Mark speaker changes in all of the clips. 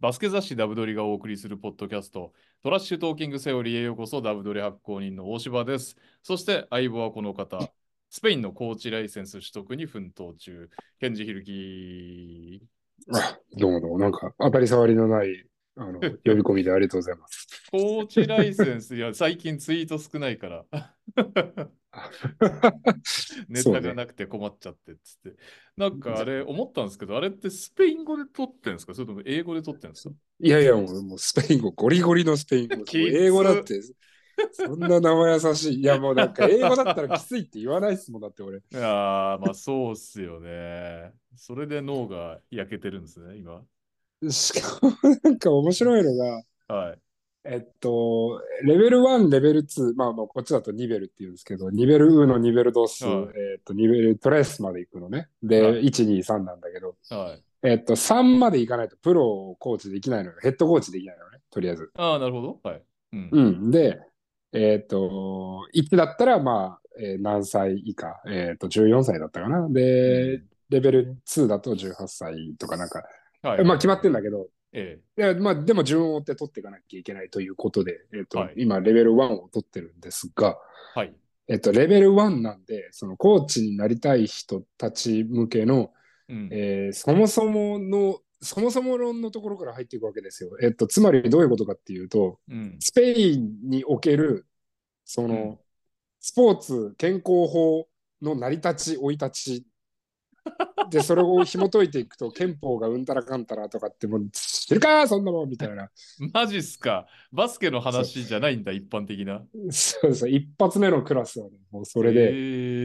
Speaker 1: バスケ雑誌ダブドリがお送りするポッドキャスト、トラッシュトーキングセオリーへようこそダブドリ発行人の大柴です。そして相棒はこの方、スペインのコーチライセンス取得に奮闘中、ケンジヒルキ
Speaker 2: あ どうもどうも、なんか当たり障りのないあ の呼び込みでありがとうございます。
Speaker 1: コーチライセンス、いや、最近ツイート少ないから。ネタがなくて困っちゃってっつって。なんかあれ思ったんですけど、あれってスペイン語で取ってんですかそれとも英語で取ってんですか
Speaker 2: いやいや、もうもうスペイン語、ゴリゴリのスペイン語。もう
Speaker 1: きつ
Speaker 2: 英語だって、そんな生優しい。いや、もうなんか英語だったらきついって言わないっすもん、だって俺。
Speaker 1: ああ、まあそうっすよね。それで脳が焼けてるんですね、今。
Speaker 2: しかもなんか面白いのが、
Speaker 1: はい。
Speaker 2: えっと、レベル1、レベル2、まあまあこっちだとニベルって言うんですけど、ニベルウのニベルドス、
Speaker 1: はい
Speaker 2: えっと、ニベルトレスまで行くのね。で、
Speaker 1: はい
Speaker 2: 1、2、3なんだけど、
Speaker 1: はい。
Speaker 2: えっと、3まで行かないとプロをコーチできないのよ。ヘッドコーチできないのね、とりあえず。
Speaker 1: ああ、なるほど。はい。うん。
Speaker 2: うん。で、えっ、と、1だったら、まあ、えー何歳以下、えっ、と、14歳だったかな。で、レベル2だと18歳とかなんか、
Speaker 1: はい、
Speaker 2: まあ決まってんだ
Speaker 1: け
Speaker 2: けど、
Speaker 1: ど。え
Speaker 2: いやまあでも順を追って取っていかなきゃいけないということで、えっ、と、
Speaker 1: はい
Speaker 2: 今レベル1を取ってるんですが、
Speaker 1: えはい。
Speaker 2: えっ、と、レベル1なんで、そのコーチになりたい人たち向けの、
Speaker 1: うん。
Speaker 2: えーそもそもの、そもそも論のところから入っていくわけですよ。えっ、と、つまりどういうことかっていうと、
Speaker 1: うん。
Speaker 2: スペインにおける、その、
Speaker 1: うん
Speaker 2: スポーツ健康法の成り立ち、生い立ち。 で、それを紐解いていくと、憲法がうんたらかんたらとかって、もう、知るかそんなもんみたいな。
Speaker 1: マジっすか。バスケの話じゃないんだ、一般的な。
Speaker 2: そうそう、一発目のクラスはね、もうそれ
Speaker 1: え
Speaker 2: で、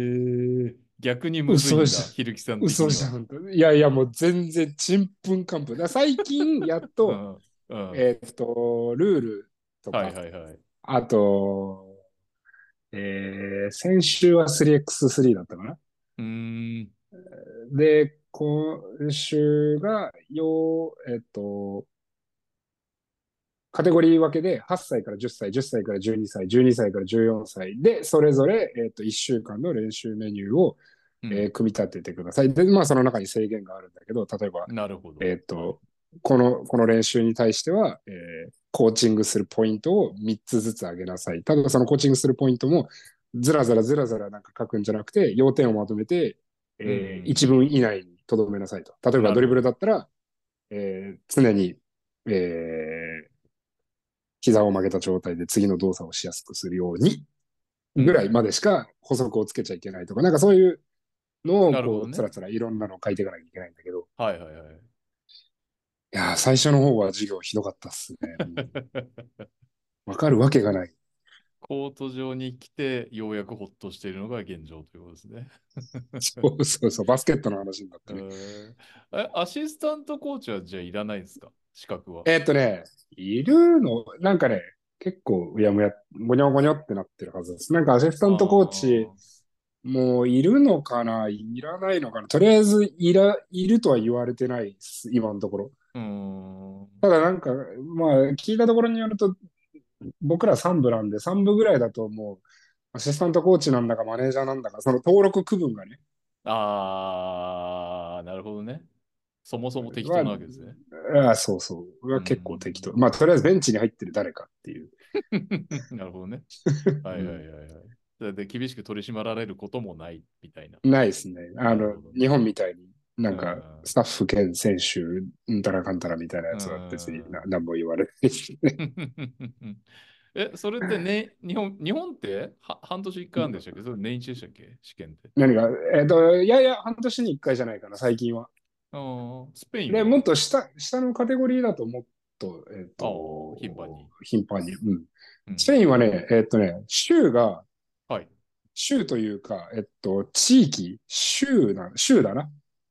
Speaker 1: ー逆にむずいんだ、
Speaker 2: 嘘じゃん
Speaker 1: ひるきさん的には。
Speaker 2: 嘘じゃん。いやいや、もう全然、ちんぷんかんぷん。だから最近、やっ
Speaker 1: う
Speaker 2: と、
Speaker 1: ん。うん。
Speaker 2: えーっと、ルールとか、
Speaker 1: はいはいはい。
Speaker 2: あと、えー先週は 3x3 だったかな。
Speaker 1: うーん。
Speaker 2: で、今週が、よう、えっと、カテゴリー分けで、8歳から10歳、10歳から12歳、12歳から14歳で、それぞれ、えっと、1週間の練習メニューを、
Speaker 1: うん
Speaker 2: えー組み立ててください。で、まあ、その中に制限があるんだけど、例えば、
Speaker 1: なるほど。
Speaker 2: えっと、この、この練習に対しては、えーコーチングするポイントを3つずつ上げなさい。ただ、そのコーチングするポイントも、ずらずらずらずらなんか書くんじゃなくて、要点をまとめて、え
Speaker 1: うん
Speaker 2: ー、1文以内にとどめなさいと。例
Speaker 1: なる
Speaker 2: え
Speaker 1: ほど
Speaker 2: ば、ドリブルだったら、えー常に、えー膝を曲げた状態で次の動作をしやすくするように、ぐらいまでしか補足をつけちゃいけないとか、なんかそういうのを
Speaker 1: なるほ
Speaker 2: こ
Speaker 1: ど
Speaker 2: う、
Speaker 1: ね
Speaker 2: つらつらいろんなのを書いていかなきゃいけないんだけど、
Speaker 1: はいはいはい。
Speaker 2: いやー、最初の方は授業ひどかったっすね。もうわかるわけ がない。
Speaker 1: コート上に来て、ようやくほっとしているのが現状ということですね。
Speaker 2: そうそうそう、バスケットの話になった
Speaker 1: う
Speaker 2: ね。
Speaker 1: ーん え、アシスタントコーチはじゃあいらないんですか資格は。
Speaker 2: えーっとね、いるの、なんかね、結構うやむや、ごにょごにょってなってるはずです。なんかアシスタントコーチ、もういるのかないらないのかなとりあえずいら、いるとは言われてないっす、今のところ。
Speaker 1: あー。うーん。
Speaker 2: ただなんか、まあ、聞いたところによると、僕ら3部なんで、3部ぐらいだともう、アシスタントコーチなんだかマネージャーなんだか、その登録区分がね、
Speaker 1: あー、なるほどね。そもそも適当なわけです ね。
Speaker 2: ああ、そうそう。は結構適当。
Speaker 1: うん
Speaker 2: まあ、とりあえずベンチに入ってる誰かっていう。
Speaker 1: なるほどね。はいはいはいはい。それで厳しく取り締まられることもないみたいな。
Speaker 2: ないですね。あ
Speaker 1: なる
Speaker 2: の
Speaker 1: ほど、
Speaker 2: 日本みたいに、なん
Speaker 1: う
Speaker 2: か
Speaker 1: ん、
Speaker 2: スタッフ兼選手、うんたらかんたらみたいなやつは別にな
Speaker 1: う
Speaker 2: 何も言われないし ね。
Speaker 1: え、それってね、日本日本っては半年一回あるんでしたっけそれ年一でしたっけ試験って。
Speaker 2: 何が、えっ、と、いやいや、半年に1回じゃないかな、最近は。
Speaker 1: あースペインは
Speaker 2: で、もっと下、下のカテゴリーだともっと、えっ、
Speaker 1: あ
Speaker 2: と
Speaker 1: あ、頻繁に。
Speaker 2: 頻繁に。うん。
Speaker 1: うん
Speaker 2: スペインはね、えっ、とね、州が、
Speaker 1: はい。
Speaker 2: 州というか、えっと、地域、州な、州だな。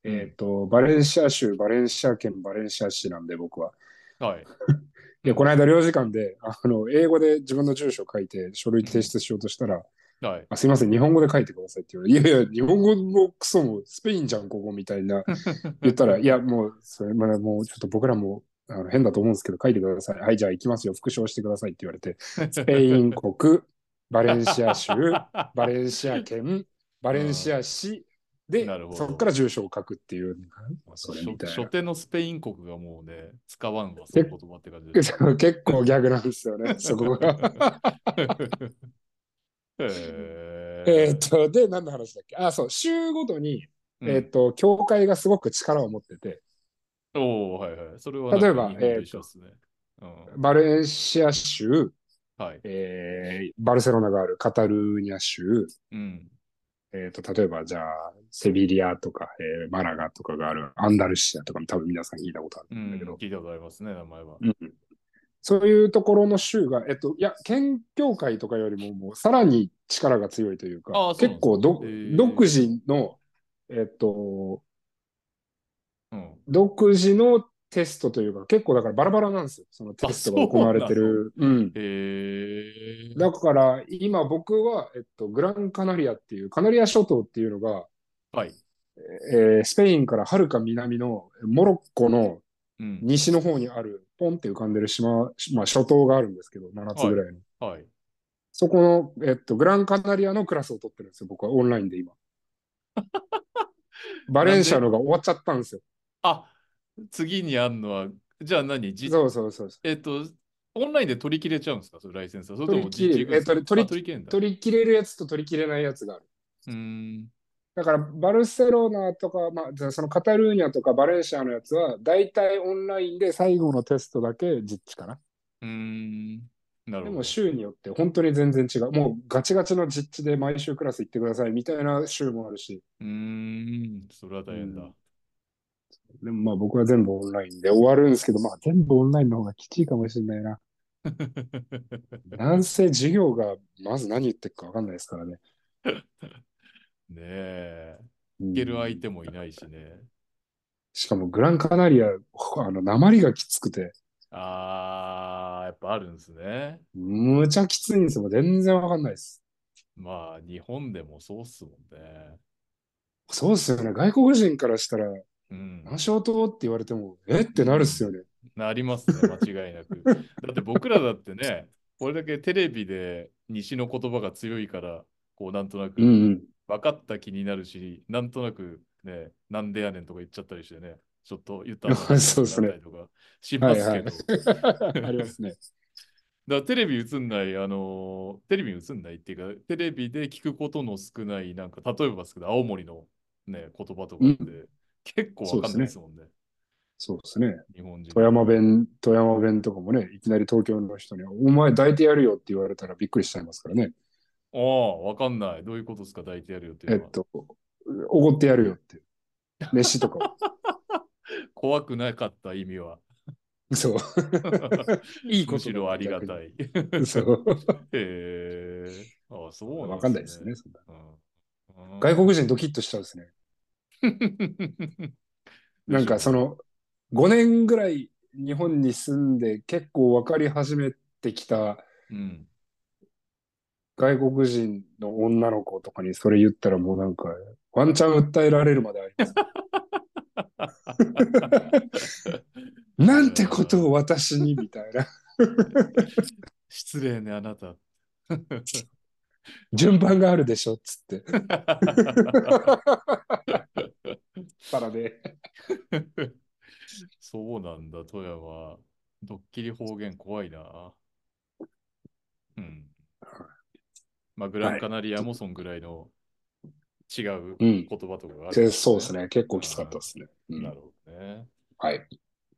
Speaker 1: うん
Speaker 2: えっと、バレンシア州、バレンシア県、バレンシア市なんで、僕は。
Speaker 1: はい。
Speaker 2: で、この間、領事館で、あの、英語で自分の住所書いて、書類提出しようとしたら、
Speaker 1: はい。
Speaker 2: あすいません、日本語で書いてくださいって言われて、いやいや、日本語もクソも、スペインじゃん、ここみたい な、言ったら、いや、もう、それ、まあ、もう、ちょっと僕らも、あの変だと思うんですけど、書いてください。はい、じゃあ行きますよ。復唱してくださいって言われて、スペ イン国、バレンシア州、バレンシア県、バレンシア市、で
Speaker 1: なるほ、ど
Speaker 2: そこから住所を書くっていう。 それみたい
Speaker 1: 初
Speaker 2: な。
Speaker 1: 手のスペイン国がもうね、使わんわ、その言葉って感じで。
Speaker 2: 結構ギャグなんです よね、 そこが。
Speaker 1: へー
Speaker 2: えーっと、で、何の話だっけあ、そう、州ごとに、
Speaker 1: うん
Speaker 2: えーっと、教会がすごく力を持ってて、
Speaker 1: おおはいはい。それはなんか
Speaker 2: 例えば
Speaker 1: 日本と一緒ですね。うん
Speaker 2: バレンシア州、
Speaker 1: はい。
Speaker 2: えーバルセロナがあるカタルーニャ州、
Speaker 1: うん。
Speaker 2: えーっと、例えば、じゃあ、セビリアとか、えーマラガとかがあるアンダルシアとかも多分皆さん聞いたことあ
Speaker 1: う
Speaker 2: るん
Speaker 1: ん
Speaker 2: だけど、
Speaker 1: 聞いたことありますね、名前は。
Speaker 2: うんそういうところの州が、えっと、いや、県教会とかよりも、もう、さらに力が強いというか
Speaker 1: ああ、そうなんで
Speaker 2: 結
Speaker 1: すか
Speaker 2: 構ど
Speaker 1: へえ
Speaker 2: 独自の、えっと、
Speaker 1: うん。
Speaker 2: 独自のテストというか、結構だからバラバラなんですよ。そのテストが行われてる。うん。
Speaker 1: へえ。
Speaker 2: だから、今僕は、えっと、グランカナリアっていう、カナリア諸島っていうのが、
Speaker 1: はい。
Speaker 2: えースペインからはるか南のモロッコの
Speaker 1: うん。
Speaker 2: 西の方にある、ポンって浮かんでる島、まあ、諸島があるんですけど、7つぐらいの。
Speaker 1: はい。
Speaker 2: そこの、えっと、グランカナリアのクラスを取ってるんですよ、僕はオンラインで今。バレンシアのが終わっちゃったんですよ。
Speaker 1: あ、次にあんのは、じゃあ何じ
Speaker 2: そうそうそうそ
Speaker 1: えっと、オンラインで取り切れちゃうんですかそれライセンスは。それとも
Speaker 2: 取り切れ
Speaker 1: 実地
Speaker 2: る
Speaker 1: 行くんですか
Speaker 2: え
Speaker 1: あ
Speaker 2: っと取
Speaker 1: 取り切れん
Speaker 2: う。
Speaker 1: だ。
Speaker 2: 取り切れるやつと取り切れないやつがある。
Speaker 1: うーん。
Speaker 2: だから、バルセロナとか、まあ、そのカタルーニャとかバレンシアのやつは、大体オンラインで最後のテストだけ実地かな。
Speaker 1: うーん。なるほ
Speaker 2: で
Speaker 1: ど。
Speaker 2: も、州によって本当に全然違う。もうガチガチの実地で毎週クラス行ってくださいみたいな州もあるし。
Speaker 1: うーん。それは大変だ。
Speaker 2: うんでもまあ僕は全部オンラインで終わるんですけど、まあ全部オンラインの方がきついかもしれないな。なんせ授業がまず何言ってるか分かんないですからね。
Speaker 1: ねえ。
Speaker 2: い
Speaker 1: いける相手もいないしね。
Speaker 2: しかもグランカナリア、あの、鉛がきつくて、
Speaker 1: あー、やっぱあるんですね。
Speaker 2: むちゃきついんですよ。全然分かんないです。
Speaker 1: まあ、日本でもそうっすもんね。
Speaker 2: そうっすよね。外国人からしたら、
Speaker 1: うん。
Speaker 2: 何小島って言われても、えってなるっすよね。
Speaker 1: なりますね、間違いな く。だって僕らだってね、これだけテレビで西の言葉が強いから、こうなんとなく
Speaker 2: うんうん。
Speaker 1: 分かった気になるし、なんとなくね、なんでやねんとか言っちゃったりしてね、ちょっと言ったら
Speaker 2: そうっすね
Speaker 1: なったりとかしますけど、
Speaker 2: ありますね。
Speaker 1: だからテレビ映んない、あのーテレビ映んないっていうか、テレビで聞くことの少ない、なんか、例えばですけど、青森のね、言葉とかって、結構わかんないですもんね、
Speaker 2: そうですね。
Speaker 1: 日本人。
Speaker 2: 富山弁、富山弁とかもね、いきなり東京の人に、お前抱いてやるよって言われたらびっくりしちゃいますからね。
Speaker 1: ああ、わかんない。どういうことですか、抱いてやるよっていう
Speaker 2: え
Speaker 1: のは。
Speaker 2: っと、おごってやる よって。飯とか
Speaker 1: 怖くなかった意味は。
Speaker 2: を。そう。いいこ
Speaker 1: む
Speaker 2: とだ
Speaker 1: しろありがたい。
Speaker 2: そう。
Speaker 1: へえ。ああ、そうなん
Speaker 2: わかんないですね。。そんな
Speaker 1: うん
Speaker 2: 外国人ドキッとしちゃうですね。 なんかそ、の、5年ぐらい日本に住んで結構分かり始めてきた
Speaker 1: うん、
Speaker 2: 外国人の女の子とかにそれ言ったらもうなんか、ワンチャン訴えられるまであります。なんてことを私にみたいな。
Speaker 1: 失礼ね、あなた。
Speaker 2: 順番があるでしょっ つって。たらで。
Speaker 1: そうなんだ、富山。ドッキリ方言怖いな。うん。まあ、グランカナリアもそんぐらいの違う
Speaker 2: う
Speaker 1: 言
Speaker 2: ん
Speaker 1: 葉とかがある、
Speaker 2: でそうです。ね。結構きつかったですね。うん
Speaker 1: なるほどね。
Speaker 2: はい。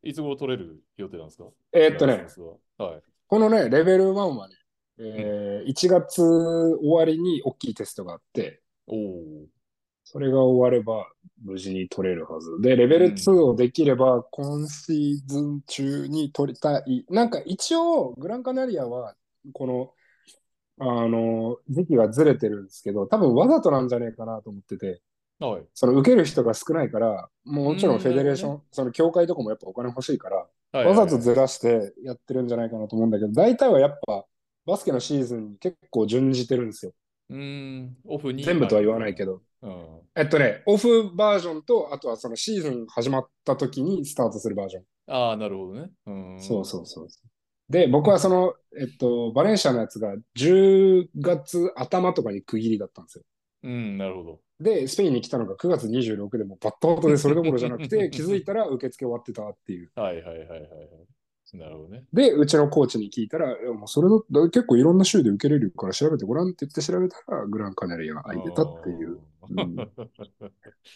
Speaker 1: いつ頃取れる予定なんですか
Speaker 2: えーっとね
Speaker 1: ライセンスははい。
Speaker 2: このね、レベル1はね、えー1月終わりに大きいテストがあって、
Speaker 1: おお。
Speaker 2: それが終われば無事に取れるはず。で、レベル2をできれば今シーズン中に取りたい。なんか一応、グランカナリアは、この、あの、時期がずれてるんですけど、多分わざとなんじゃねえかなと思ってて、
Speaker 1: はい。
Speaker 2: その受ける人が少ないから、もちろんフェデレーション、
Speaker 1: う
Speaker 2: その協会とかもやっぱお金欲しいから、
Speaker 1: はい
Speaker 2: わざとずらしてやってるんじゃないかなと思うんだけど、大体はやっぱバスケのシーズンに結構準じてるんですよ。
Speaker 1: うーん。オフに。
Speaker 2: 全部とは言わないけ
Speaker 1: ど。う
Speaker 2: ど。
Speaker 1: ん。
Speaker 2: えっとね、オフバージョンと、あとはそのシーズン始まった時にスタートするバージョン。
Speaker 1: ああ、なるほどね。うん。
Speaker 2: そうそうそうそう。で、僕はその、えっと、バレンシアのやつが10月頭とかに区切りだったんですよ。
Speaker 1: うん、なるほど。
Speaker 2: で、スペインに来たのが9月26でもうバッタバタでそれどころじゃなくて、気づいたら受付終わってたっていう。
Speaker 1: はいはいはいはい。はいなるほどね。
Speaker 2: で、うちのコーチに聞いたら、いやもうそれだったら結構いろんな州で受けれるから調べてごらんって言って調べたら、グランカナリアが空いてたっていう。うん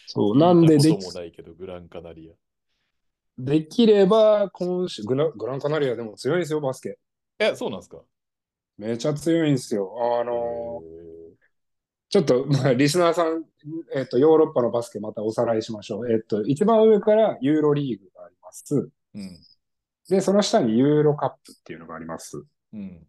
Speaker 2: そう、なんで
Speaker 1: 聞い
Speaker 2: で
Speaker 1: た
Speaker 2: き
Speaker 1: こともないけど、グランカナリア。い
Speaker 2: できれば今週グラ、グランカナリアでも強いんですよ、バスケ。
Speaker 1: や、そうなんですか。
Speaker 2: めちゃ強いんですよ。あ
Speaker 1: へ
Speaker 2: のちょっと、まあ、リスナーさん、えっと、ヨーロッパのバスケまたおさらいしましょう。えっと、一番上からユーロリーグがあります。
Speaker 1: ーうん。
Speaker 2: で、その下にユーロカップっていうのがあります。
Speaker 1: うん。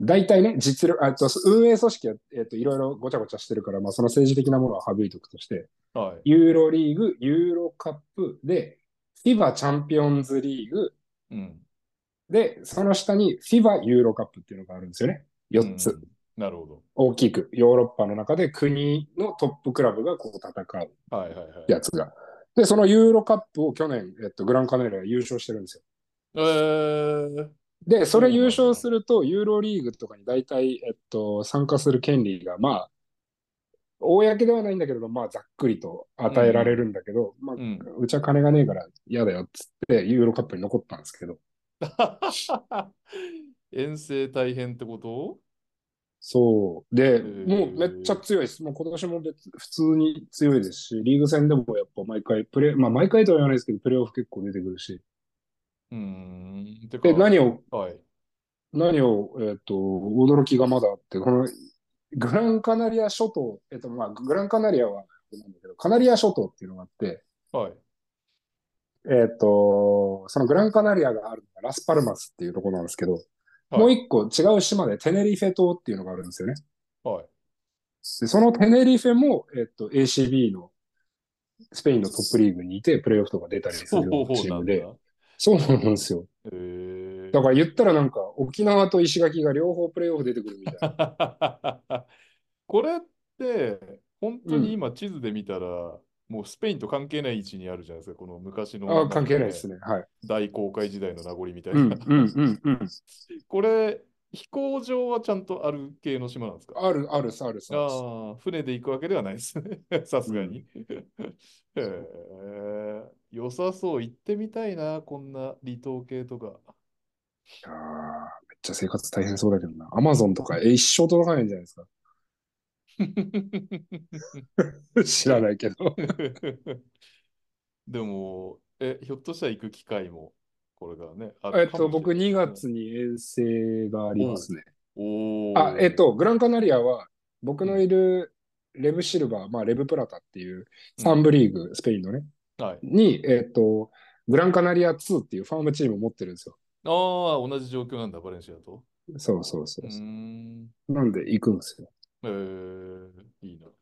Speaker 1: 大
Speaker 2: 大体ね、実力、あと運営組織は、えっと、いろいろごちゃごちゃしてるから、まあ、その政治的なものは省いておくとして、
Speaker 1: はい。
Speaker 2: ユーロリーグ、ユーロカップで、FIBA チャンピオンズリーグ、
Speaker 1: うん。
Speaker 2: で、その下に FIBA ユーロカップっていうのがあるんですよね。4つ。
Speaker 1: うんなるほ
Speaker 2: 大きく、ヨーロッパの中で国のトップクラブがこう戦う
Speaker 1: ど。はいはいはい。
Speaker 2: やつが。で、そのユーロカップを去年、えっと、グランカネラが優勝してるんですよ。
Speaker 1: えー、
Speaker 2: で、それ優勝すると、ユーロリーグとかに大体、えっと、参加する権利が、まあ、公ではないんだけれど、まあ、ざっくりと与えられるんだけど、まあ
Speaker 1: う、ん。
Speaker 2: うちは金がねえから嫌だよっつって、ユーロカップに残ったんですけど、
Speaker 1: 遠征大変ってこと
Speaker 2: そう。で、
Speaker 1: ー
Speaker 2: もうめっちゃ強いです。もう今年も別普通に強いですし、リーグ戦でもやっぱ毎回プレー、まあ毎回とは言わないですけど、プレーオフ結構出てくるし。
Speaker 1: うーん。てか
Speaker 2: で、何を、
Speaker 1: はい。
Speaker 2: 何を、えっと、驚きがまだあって、このグランカナリア諸島、えっと、まあグランカナリアはなんだけど、カナリア諸島っていうのがあって、
Speaker 1: はい。
Speaker 2: えっと、そのグランカナリアがあるのがラスパルマスっていうところなんですけど、もう一個違う島でテネリフェ島っていうのがあるんですよね。
Speaker 1: はい。
Speaker 2: で、そのテネリフェも、えっと、ACB のスペインのトップリーグにいて、プレイオフとか出たりす
Speaker 1: そ
Speaker 2: るような
Speaker 1: う
Speaker 2: チー
Speaker 1: なん
Speaker 2: ム
Speaker 1: だ。
Speaker 2: で、そうなんですよ。
Speaker 1: えー
Speaker 2: だから言ったらなんか、沖縄と石垣が両方プレイオフ出てくるみたい な。
Speaker 1: これって、本当に今地図で見たら、もうスペインと関係ない位置にあるじゃないですか、この昔の
Speaker 2: あ関係ないですね。はい。
Speaker 1: 大航海時代の名残みたい
Speaker 2: うん、
Speaker 1: な。
Speaker 2: うん、うん、うん。
Speaker 1: これ、飛行場はちゃんとある系の島なんですか
Speaker 2: ある、ある、ある、ある。
Speaker 1: ああ、船で行くわけではないですね。 さすがに。へえ、良さそう。行ってみたいな、こんな離島系とか。
Speaker 2: いやーめっちゃ生活大変そうだけどな。アマゾンとか、え、一生届かないんじゃないで すか。知らない けど。
Speaker 1: でも、え、ひょっとしたら行く機会も、これからね、あ
Speaker 2: えっ
Speaker 1: るかも
Speaker 2: と、僕
Speaker 1: しれ
Speaker 2: 2
Speaker 1: ないですね。
Speaker 2: 月に遠征がありますね。
Speaker 1: お
Speaker 2: あ、えっ
Speaker 1: ー、
Speaker 2: と、グランカナリアは、僕のいるレブシルバー、まあ、レブプラタっていう3部リーグ、スペインのね、
Speaker 1: はい。
Speaker 2: に、えっと、グランカナリア2っていうファームチームを持ってるんですよ。
Speaker 1: ああ、同じ状況なんだ、バレンシアと。
Speaker 2: そうそうそう
Speaker 1: ー
Speaker 2: う。
Speaker 1: ん。
Speaker 2: なんで行くんですよ。
Speaker 1: えー、いいな。ちょっ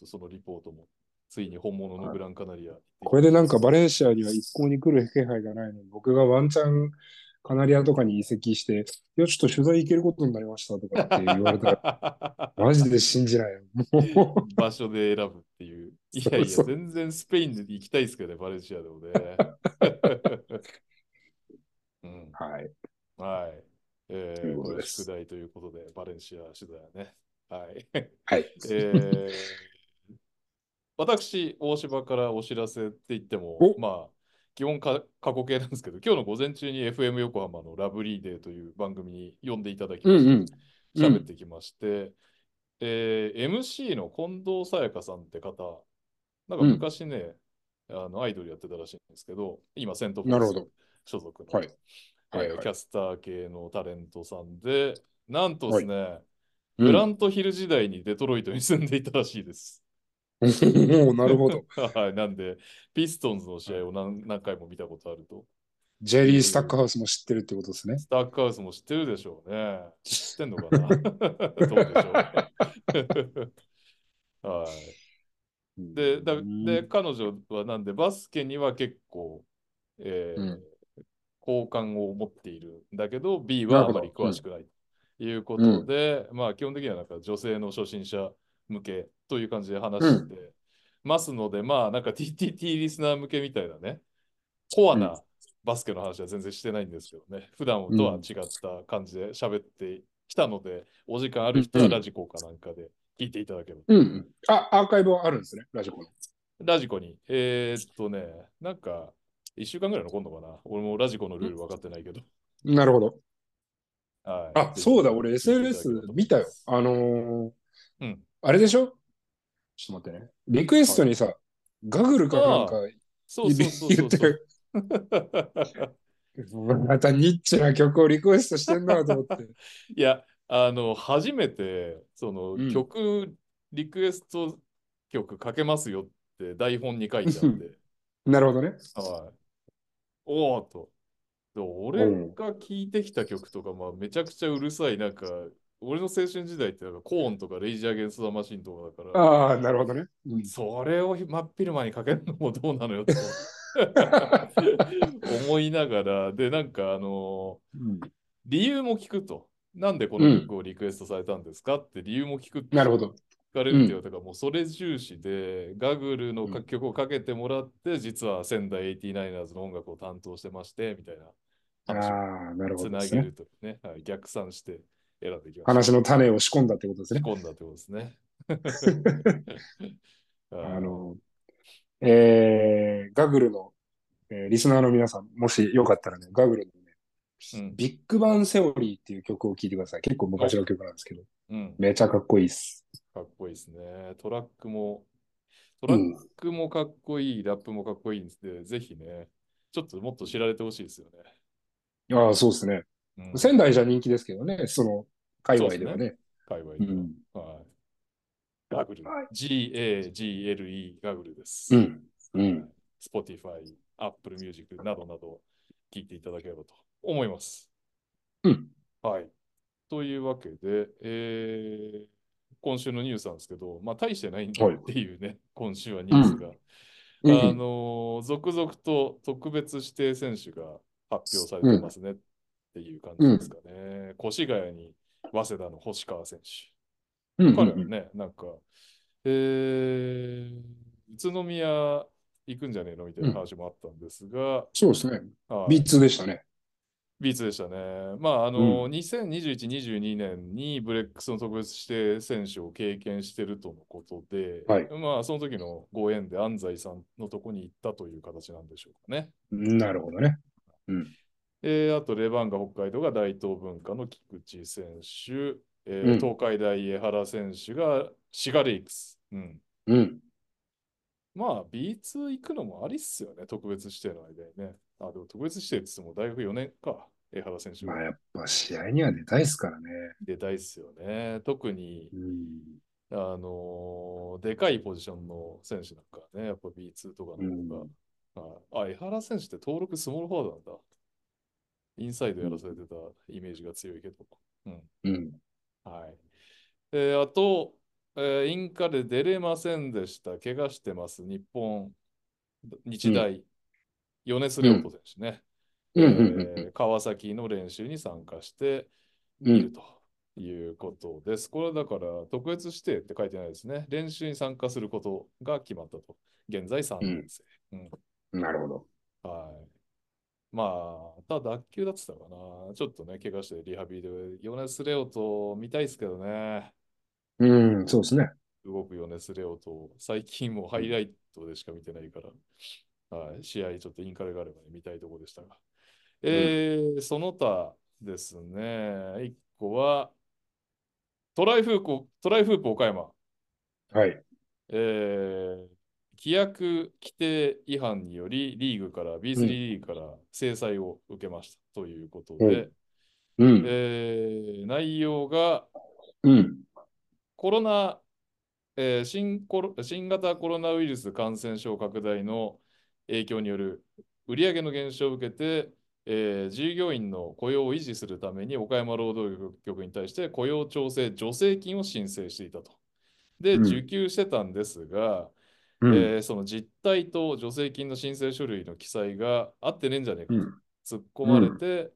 Speaker 1: とそのリポートも、ついに本物のグランカナリア。
Speaker 2: これでなんかバレンシアには一向に来る気配がないのに、僕がワンチャンカナリアとかに移籍して、いや、ちょっと取材行けることになりましたとかって言われ たら、マジで信じないよ。もう
Speaker 1: 場所で選ぶっていう。いやいや、
Speaker 2: そうそ
Speaker 1: 全然スペインで行きたいですけどね、バレンシアでも ね。うん、
Speaker 2: はい。
Speaker 1: はい。え
Speaker 2: とい
Speaker 1: ー、
Speaker 2: うこ
Speaker 1: ことれ
Speaker 2: です
Speaker 1: 宿題ということで、バレンシア取材はね。はい。
Speaker 2: はい。
Speaker 1: えー、私、大柴からお知らせって言っても、
Speaker 2: お
Speaker 1: まあ、基本か過去形なんですけど、今日の午前中に FM 横浜のラブリーデーという番組に呼んでいただきまして、
Speaker 2: うんうん
Speaker 1: 喋ってきまして、えー MC の近藤さやかさんって方、なんか昔ね、あのアイドルやってたらしいんですけど、今、セントフォ
Speaker 2: なる
Speaker 1: ー
Speaker 2: ほ
Speaker 1: ス
Speaker 2: ど
Speaker 1: 所属の、
Speaker 2: はい
Speaker 1: えー
Speaker 2: はいはい
Speaker 1: キャスター系のタレントさんで、なんとで
Speaker 2: は
Speaker 1: す
Speaker 2: い
Speaker 1: ね、
Speaker 2: うん
Speaker 1: グラントヒル時代にデトロイトに住んでいたらしいです。
Speaker 2: もうなるほど。。
Speaker 1: はい、なんで、ピストンズの試合を何何回も見たことあると。
Speaker 2: ジェリー・スタックハウスも知ってるってことですね。
Speaker 1: スタックハウスも知ってるでしょうね。知ってんのかな どうでしょう。 はい。で、だで、彼女はなんで、バスケには結構、えー
Speaker 2: うん
Speaker 1: 好感を持っているんだけど、B は
Speaker 2: なる
Speaker 1: あ
Speaker 2: ほ
Speaker 1: ま
Speaker 2: ど
Speaker 1: り詳しくないということで、まあ、基本的にはなんか女性の初心者向けという感じで話してますので、まあ、なんか TTT リスナー向けみたいなね、コア
Speaker 2: う
Speaker 1: なバスケの話は全然してないんですけどね、普段とは違った感じで喋ってきたので、お時間ある人はラジコかなんかで聞いていただければ。
Speaker 2: うん。あ、アーカイブはあるんですね、ラジコの。
Speaker 1: ラジコに、えーっとね、なんか、1週間ぐらい残るのかな俺もラジコのルール分かってないけど。
Speaker 2: なるほど。
Speaker 1: はい
Speaker 2: あ、そうだ、俺 SNS 見たよ。。あのー
Speaker 1: うん
Speaker 2: あれでしょちょっと待ってね。リクエストにさ、ガグルかなんか
Speaker 1: そうそうそうそ
Speaker 2: 言
Speaker 1: う
Speaker 2: ってる。 またニッチな曲をリクエストしてんなと 思って。
Speaker 1: いや、あの、初めて、その、
Speaker 2: うん
Speaker 1: 曲、リクエスト曲かけますよって台本に書いてあ って、
Speaker 2: なるほどね。
Speaker 1: はい。おおと。で俺が聴いてきた曲とか、まあ、めちゃくちゃうるさい、なんか、俺の青春時代ってなんかコーンとかレイジー・アゲンスト・ザ・マシンとかだから、
Speaker 2: ああ、なるほどね。うん
Speaker 1: それを真っ昼間にかけるのもどうなの よと思いながら、で、なんかあの
Speaker 2: うん
Speaker 1: 理由も聞くと。なんでこの曲をリクエストされたんですかって理由も聞くって
Speaker 2: なるほど。
Speaker 1: 聞かれるっていうだからもうそれ重視で、ガグルの楽曲をかけてもらって、実は仙台 89ers の音楽を担当してまして、みたいな
Speaker 2: ああ
Speaker 1: 話を
Speaker 2: ー、なるほ
Speaker 1: つ
Speaker 2: どで
Speaker 1: な
Speaker 2: す
Speaker 1: げ
Speaker 2: ね。
Speaker 1: るというね、はい、逆算して選んでいきました。
Speaker 2: 話の種を仕込んだってことです
Speaker 1: 仕
Speaker 2: ね。
Speaker 1: 込んだってことです ね。
Speaker 2: あの、えー、ガグルの、えーリスナーの皆さん、もしよかったらね、ガグルのね、
Speaker 1: うん
Speaker 2: ビッグバンセオリーっていう曲を聴いてください。結構昔の曲なんですけど、
Speaker 1: うん、
Speaker 2: めちゃかっこいいっす。
Speaker 1: かっこいいですね。トラックも、ト
Speaker 2: う
Speaker 1: ラッ
Speaker 2: ん。
Speaker 1: クもかっこいい、ラップもかっこいいんで、ぜひね、ちょっともっと知られてほしいですよね。
Speaker 2: ああ、そうですね。
Speaker 1: うん、
Speaker 2: 仙台じゃ人気ですけどね、その、界隈ではね。
Speaker 1: 界隈
Speaker 2: う
Speaker 1: では
Speaker 2: ん。
Speaker 1: はい。ガグル。GAGLE ガグルです。
Speaker 2: うん。うん。
Speaker 1: Spotify、Apple Music などなど聞いていただければと思います。
Speaker 2: うん。
Speaker 1: はい。というわけで、えー今週のニュースなんですけど、まあ大してないんだ
Speaker 2: はい
Speaker 1: っていうね、今週はニュースが。
Speaker 2: う
Speaker 1: あ
Speaker 2: ん。
Speaker 1: のー続々と特別指定選手が発表されてますねっていう感じですかね。越谷に早稲田の星川選手。
Speaker 2: うんうん
Speaker 1: 彼はね、なんか、えー、宇都宮行くんじゃねえのみたいな話もあったんですが、
Speaker 2: そうですね。
Speaker 1: はい、
Speaker 2: B2 でしたね。
Speaker 1: B2 でしたね。まあ、あの、2021、22年にブレックスの特別指定選手を経験してるとのことで、
Speaker 2: はい
Speaker 1: まあ、その時のご縁で安西さんのとこに行ったという形なんでしょうかね。
Speaker 2: なるほどね。
Speaker 1: えーあと、レバンガ北海道が大東文化の菊池選手、えー
Speaker 2: うん
Speaker 1: 東海大江原選手がシガレイクス。うん
Speaker 2: うん。
Speaker 1: まあ B2 行くのもありっすよね、特別指定の間にね。あ、でも特別指定って言っても大学4年か、江原選手
Speaker 2: ま
Speaker 1: が
Speaker 2: あ、やっぱ試合には出たいですからね。
Speaker 1: 出たいっすよね。特に
Speaker 2: う、ん。
Speaker 1: あのーでかいポジションの選手なんかはね、やっぱ B2 とかの方が、あ、江原選手って登録スモールフォワードなんだ。インサイドやらされてたイメージが強いけど。うん。
Speaker 2: うん。
Speaker 1: はい。えーあと、えーインカレ出れませんでした。怪我してます。日本、日大、米津亮斗選手ね、
Speaker 2: うんうん
Speaker 1: えー川崎の練習に参加して
Speaker 2: うんう
Speaker 1: い
Speaker 2: ん
Speaker 1: る。ということです。これはだから、特別指定って書いてないですね。練習に参加することが決まったと。現在3年生。うん
Speaker 2: うん。なるほど。
Speaker 1: はい。まあ、ただ脱臼だって言ってたかな。ちょっとね、怪我してリハビリで、米津レオと見たいですけどね。
Speaker 2: うん、そうですね。
Speaker 1: 動くよね、スレオと。最近もうハイライトでしか見てないから、はい、試合ちょっとインカレがあれば、ね、見たいところでしたが。えーその他ですね、一個は、トライフープ、トライフープ岡山、
Speaker 2: はい。
Speaker 1: えー規約規定違反により、リーグから、B3 リーグから制裁を受けましたということで、
Speaker 2: うんうん。
Speaker 1: えー内容が、
Speaker 2: うん。
Speaker 1: コロナ、えー新コロ、新型コロナウイルス感染症拡大の影響による売上の減少を受けて、えー従業員の雇用を維持するために岡山労働局に対して雇用調整助成金を申請していたと。で、
Speaker 2: うん
Speaker 1: 受給してたんですが、
Speaker 2: うん。
Speaker 1: えーその実態と助成金の申請書類の記載が合ってねえんじゃねえか
Speaker 2: うん
Speaker 1: と突っ込まれて、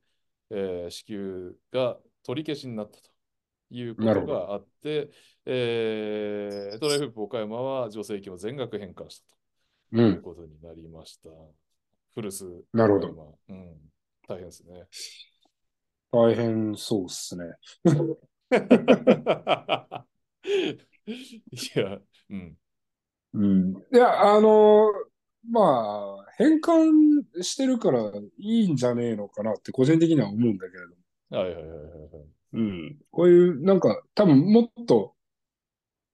Speaker 1: えー支給が取り消しになったということ
Speaker 2: なるほど
Speaker 1: があって、えートライフープ岡山は助成金を全額返還した
Speaker 2: う。
Speaker 1: というんことになりました。古巣
Speaker 2: なるほど。
Speaker 1: ど。うん、大変です ね。
Speaker 2: 大変そうっすね。
Speaker 1: いや、うん。
Speaker 2: うん。いや、あのまあ、変換してるからいいんじゃねえのかなって個人的には思うんだけれども。
Speaker 1: はいはいはいはいはい。
Speaker 2: うん。こういう、なんか、多分もっと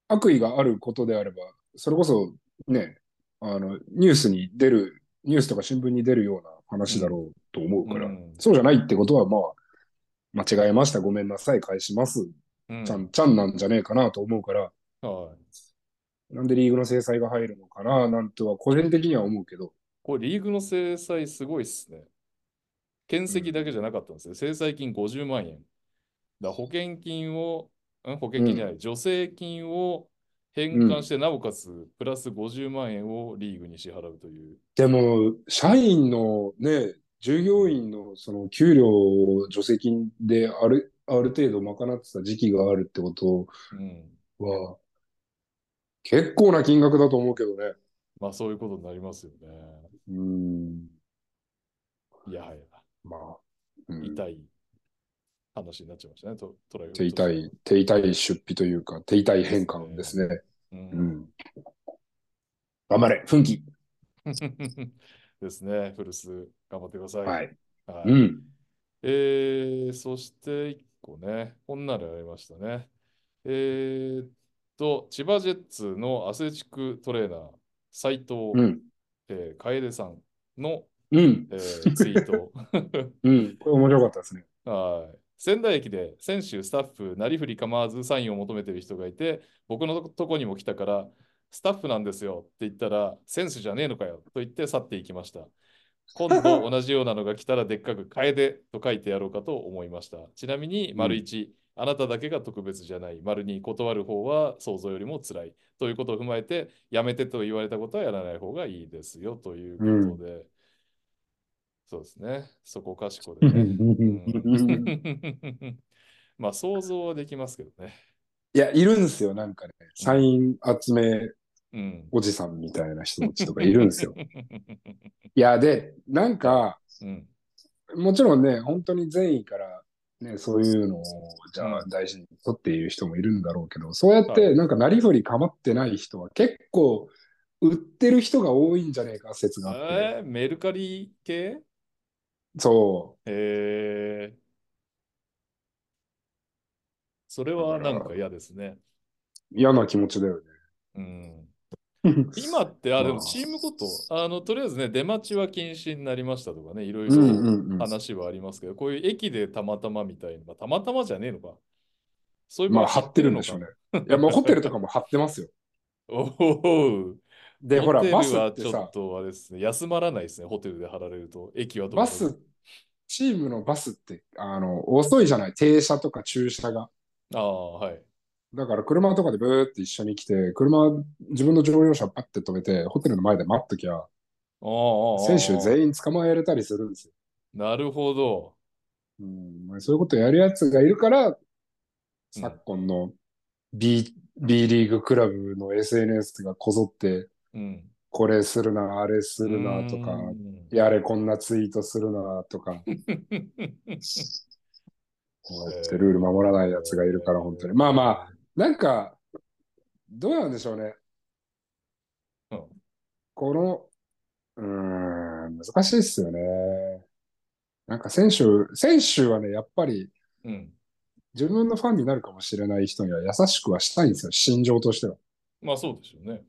Speaker 2: 悪意があることであれば、それこそね、あの、ニュースに出る、ニュースとか新聞に出るような話だろうと思うから、
Speaker 1: うん
Speaker 2: そうじゃないってことは、まあ、間違えました、ごめんなさい、返します、
Speaker 1: うん
Speaker 2: ちゃん、ちゃんなんじゃねえかなと思うから、
Speaker 1: はい。
Speaker 2: なんでリーグの制裁が入るのかな、なんとは個人的には思うけど、
Speaker 1: これ、リーグの制裁すごいっすね。検石だけじゃなかったんですよ。制裁金50万円。だ保険金を、ん保険金じゃない、助成金を返還して、なおかつ、プラス50万円をリーグに支払うという。
Speaker 2: でも、社員のね、従業員のその給料を助成金である、ある程度賄ってた時期があるってこと
Speaker 1: うん。
Speaker 2: は、結構な金額だと思うけどね。
Speaker 1: まあ、そういうことになりますよね。
Speaker 2: うん。
Speaker 1: いやはや、
Speaker 2: まあ、うん
Speaker 1: 痛い話になっちゃいましたね、とトライアル
Speaker 2: 手痛い、手痛い出費というか、手痛い変換ですね。
Speaker 1: うん
Speaker 2: うん。頑張れ、奮起。
Speaker 1: ですね、フルス、頑張ってください。
Speaker 2: はい。
Speaker 1: はい
Speaker 2: うん。
Speaker 1: えー、そして一個ね、こんなのありましたね。えーっと、千葉ジェッツのアスレチックトレーナー、斉藤、
Speaker 2: うん。
Speaker 1: えー楓さんの、
Speaker 2: うん。
Speaker 1: え ーツイート。
Speaker 2: うん。これ面白かったです ね。
Speaker 1: はい。仙台駅で選手、スタッフ、なりふり構わずサインを求めてる人がいて、僕のとこにも来たから、スタッフなんですよって言ったら、センスじゃねえのかよと言って去っていきました。今度同じようなのが来たらでっかく楓と書いてやろうかと思いました。ちなみに、
Speaker 2: うん
Speaker 1: 丸1、あなただけが特別じゃない。丸2、断る方は想像よりも辛い。ということを踏まえて、やめてと言われたことはやらない方がいいですよということで、そうですね。そこかしこで ね。
Speaker 2: い
Speaker 1: まあ想像はできますけどね。
Speaker 2: や、いるんですよ、なんかね。サイン集め
Speaker 1: うん。
Speaker 2: おじさんみたいな人たちとかいるんです よ。いや、で、なんか、
Speaker 1: うん。
Speaker 2: もちろんね、本当に善意から、ね、そういうのを、じゃあ大事に取っている人もいるんだろうけど、そうやっ
Speaker 1: は
Speaker 2: て、なんか、なりふり構ってない人は結構、売ってる人が多いんじゃねえか説があっ
Speaker 1: え
Speaker 2: て。
Speaker 1: ー、メルカリ系
Speaker 2: そ
Speaker 1: えー、それはなんか嫌ですね。
Speaker 2: う。嫌な気持ちだよ
Speaker 1: うん、
Speaker 2: ね。
Speaker 1: 今って、あ、でも
Speaker 2: まあ
Speaker 1: チームごと、あの、とりあえずね、出待ちは禁止になりましたとかね、いろい
Speaker 2: うんう
Speaker 1: ろ
Speaker 2: んうん。
Speaker 1: 話はありますけど、こういう駅でたまたまみたいな、まあたまたまじゃねえのか。そういう
Speaker 2: まあ、
Speaker 1: 場合
Speaker 2: 貼ってるんでしょうね。いや、まあ、ホテルとかも貼ってますよ。
Speaker 1: おお。
Speaker 2: で、ほら、
Speaker 1: ホテル
Speaker 2: バス
Speaker 1: は
Speaker 2: っ
Speaker 1: ち
Speaker 2: て
Speaker 1: ょ
Speaker 2: さ
Speaker 1: っ、とあれですね、休まらないですね、ホテルで貼られると。駅はどう
Speaker 2: バス、チームのバスって、あの、遅いじゃない、停車とか駐車が。
Speaker 1: ああ、はい。
Speaker 2: だから車とかでブーって一緒に来て、車、自分の乗用車パッて止めて、ホテルの前で待っときゃ、
Speaker 1: ああああ
Speaker 2: 選手全員捕まえれたりするんですよ。
Speaker 1: なるほど。
Speaker 2: うん、そういうことやるやつがいるから、昨今の B, B リーグクラブの SNS がこぞって、
Speaker 1: うん。
Speaker 2: これするな、あれす
Speaker 1: す
Speaker 2: るなとか、
Speaker 1: うん
Speaker 2: やれこんなツイートするなとか、こうやってルール守らないやつがいるから、本当に。まあまあ、なんか、どうなんでしょうね。
Speaker 1: うん
Speaker 2: この、うーん、難しいっすよね。なんか選手、選手はね、やっぱり
Speaker 1: うん。
Speaker 2: 自分のファンになるかもしれない人には優しくはしたいんですよ、心情としては。
Speaker 1: まあそうでしょうね。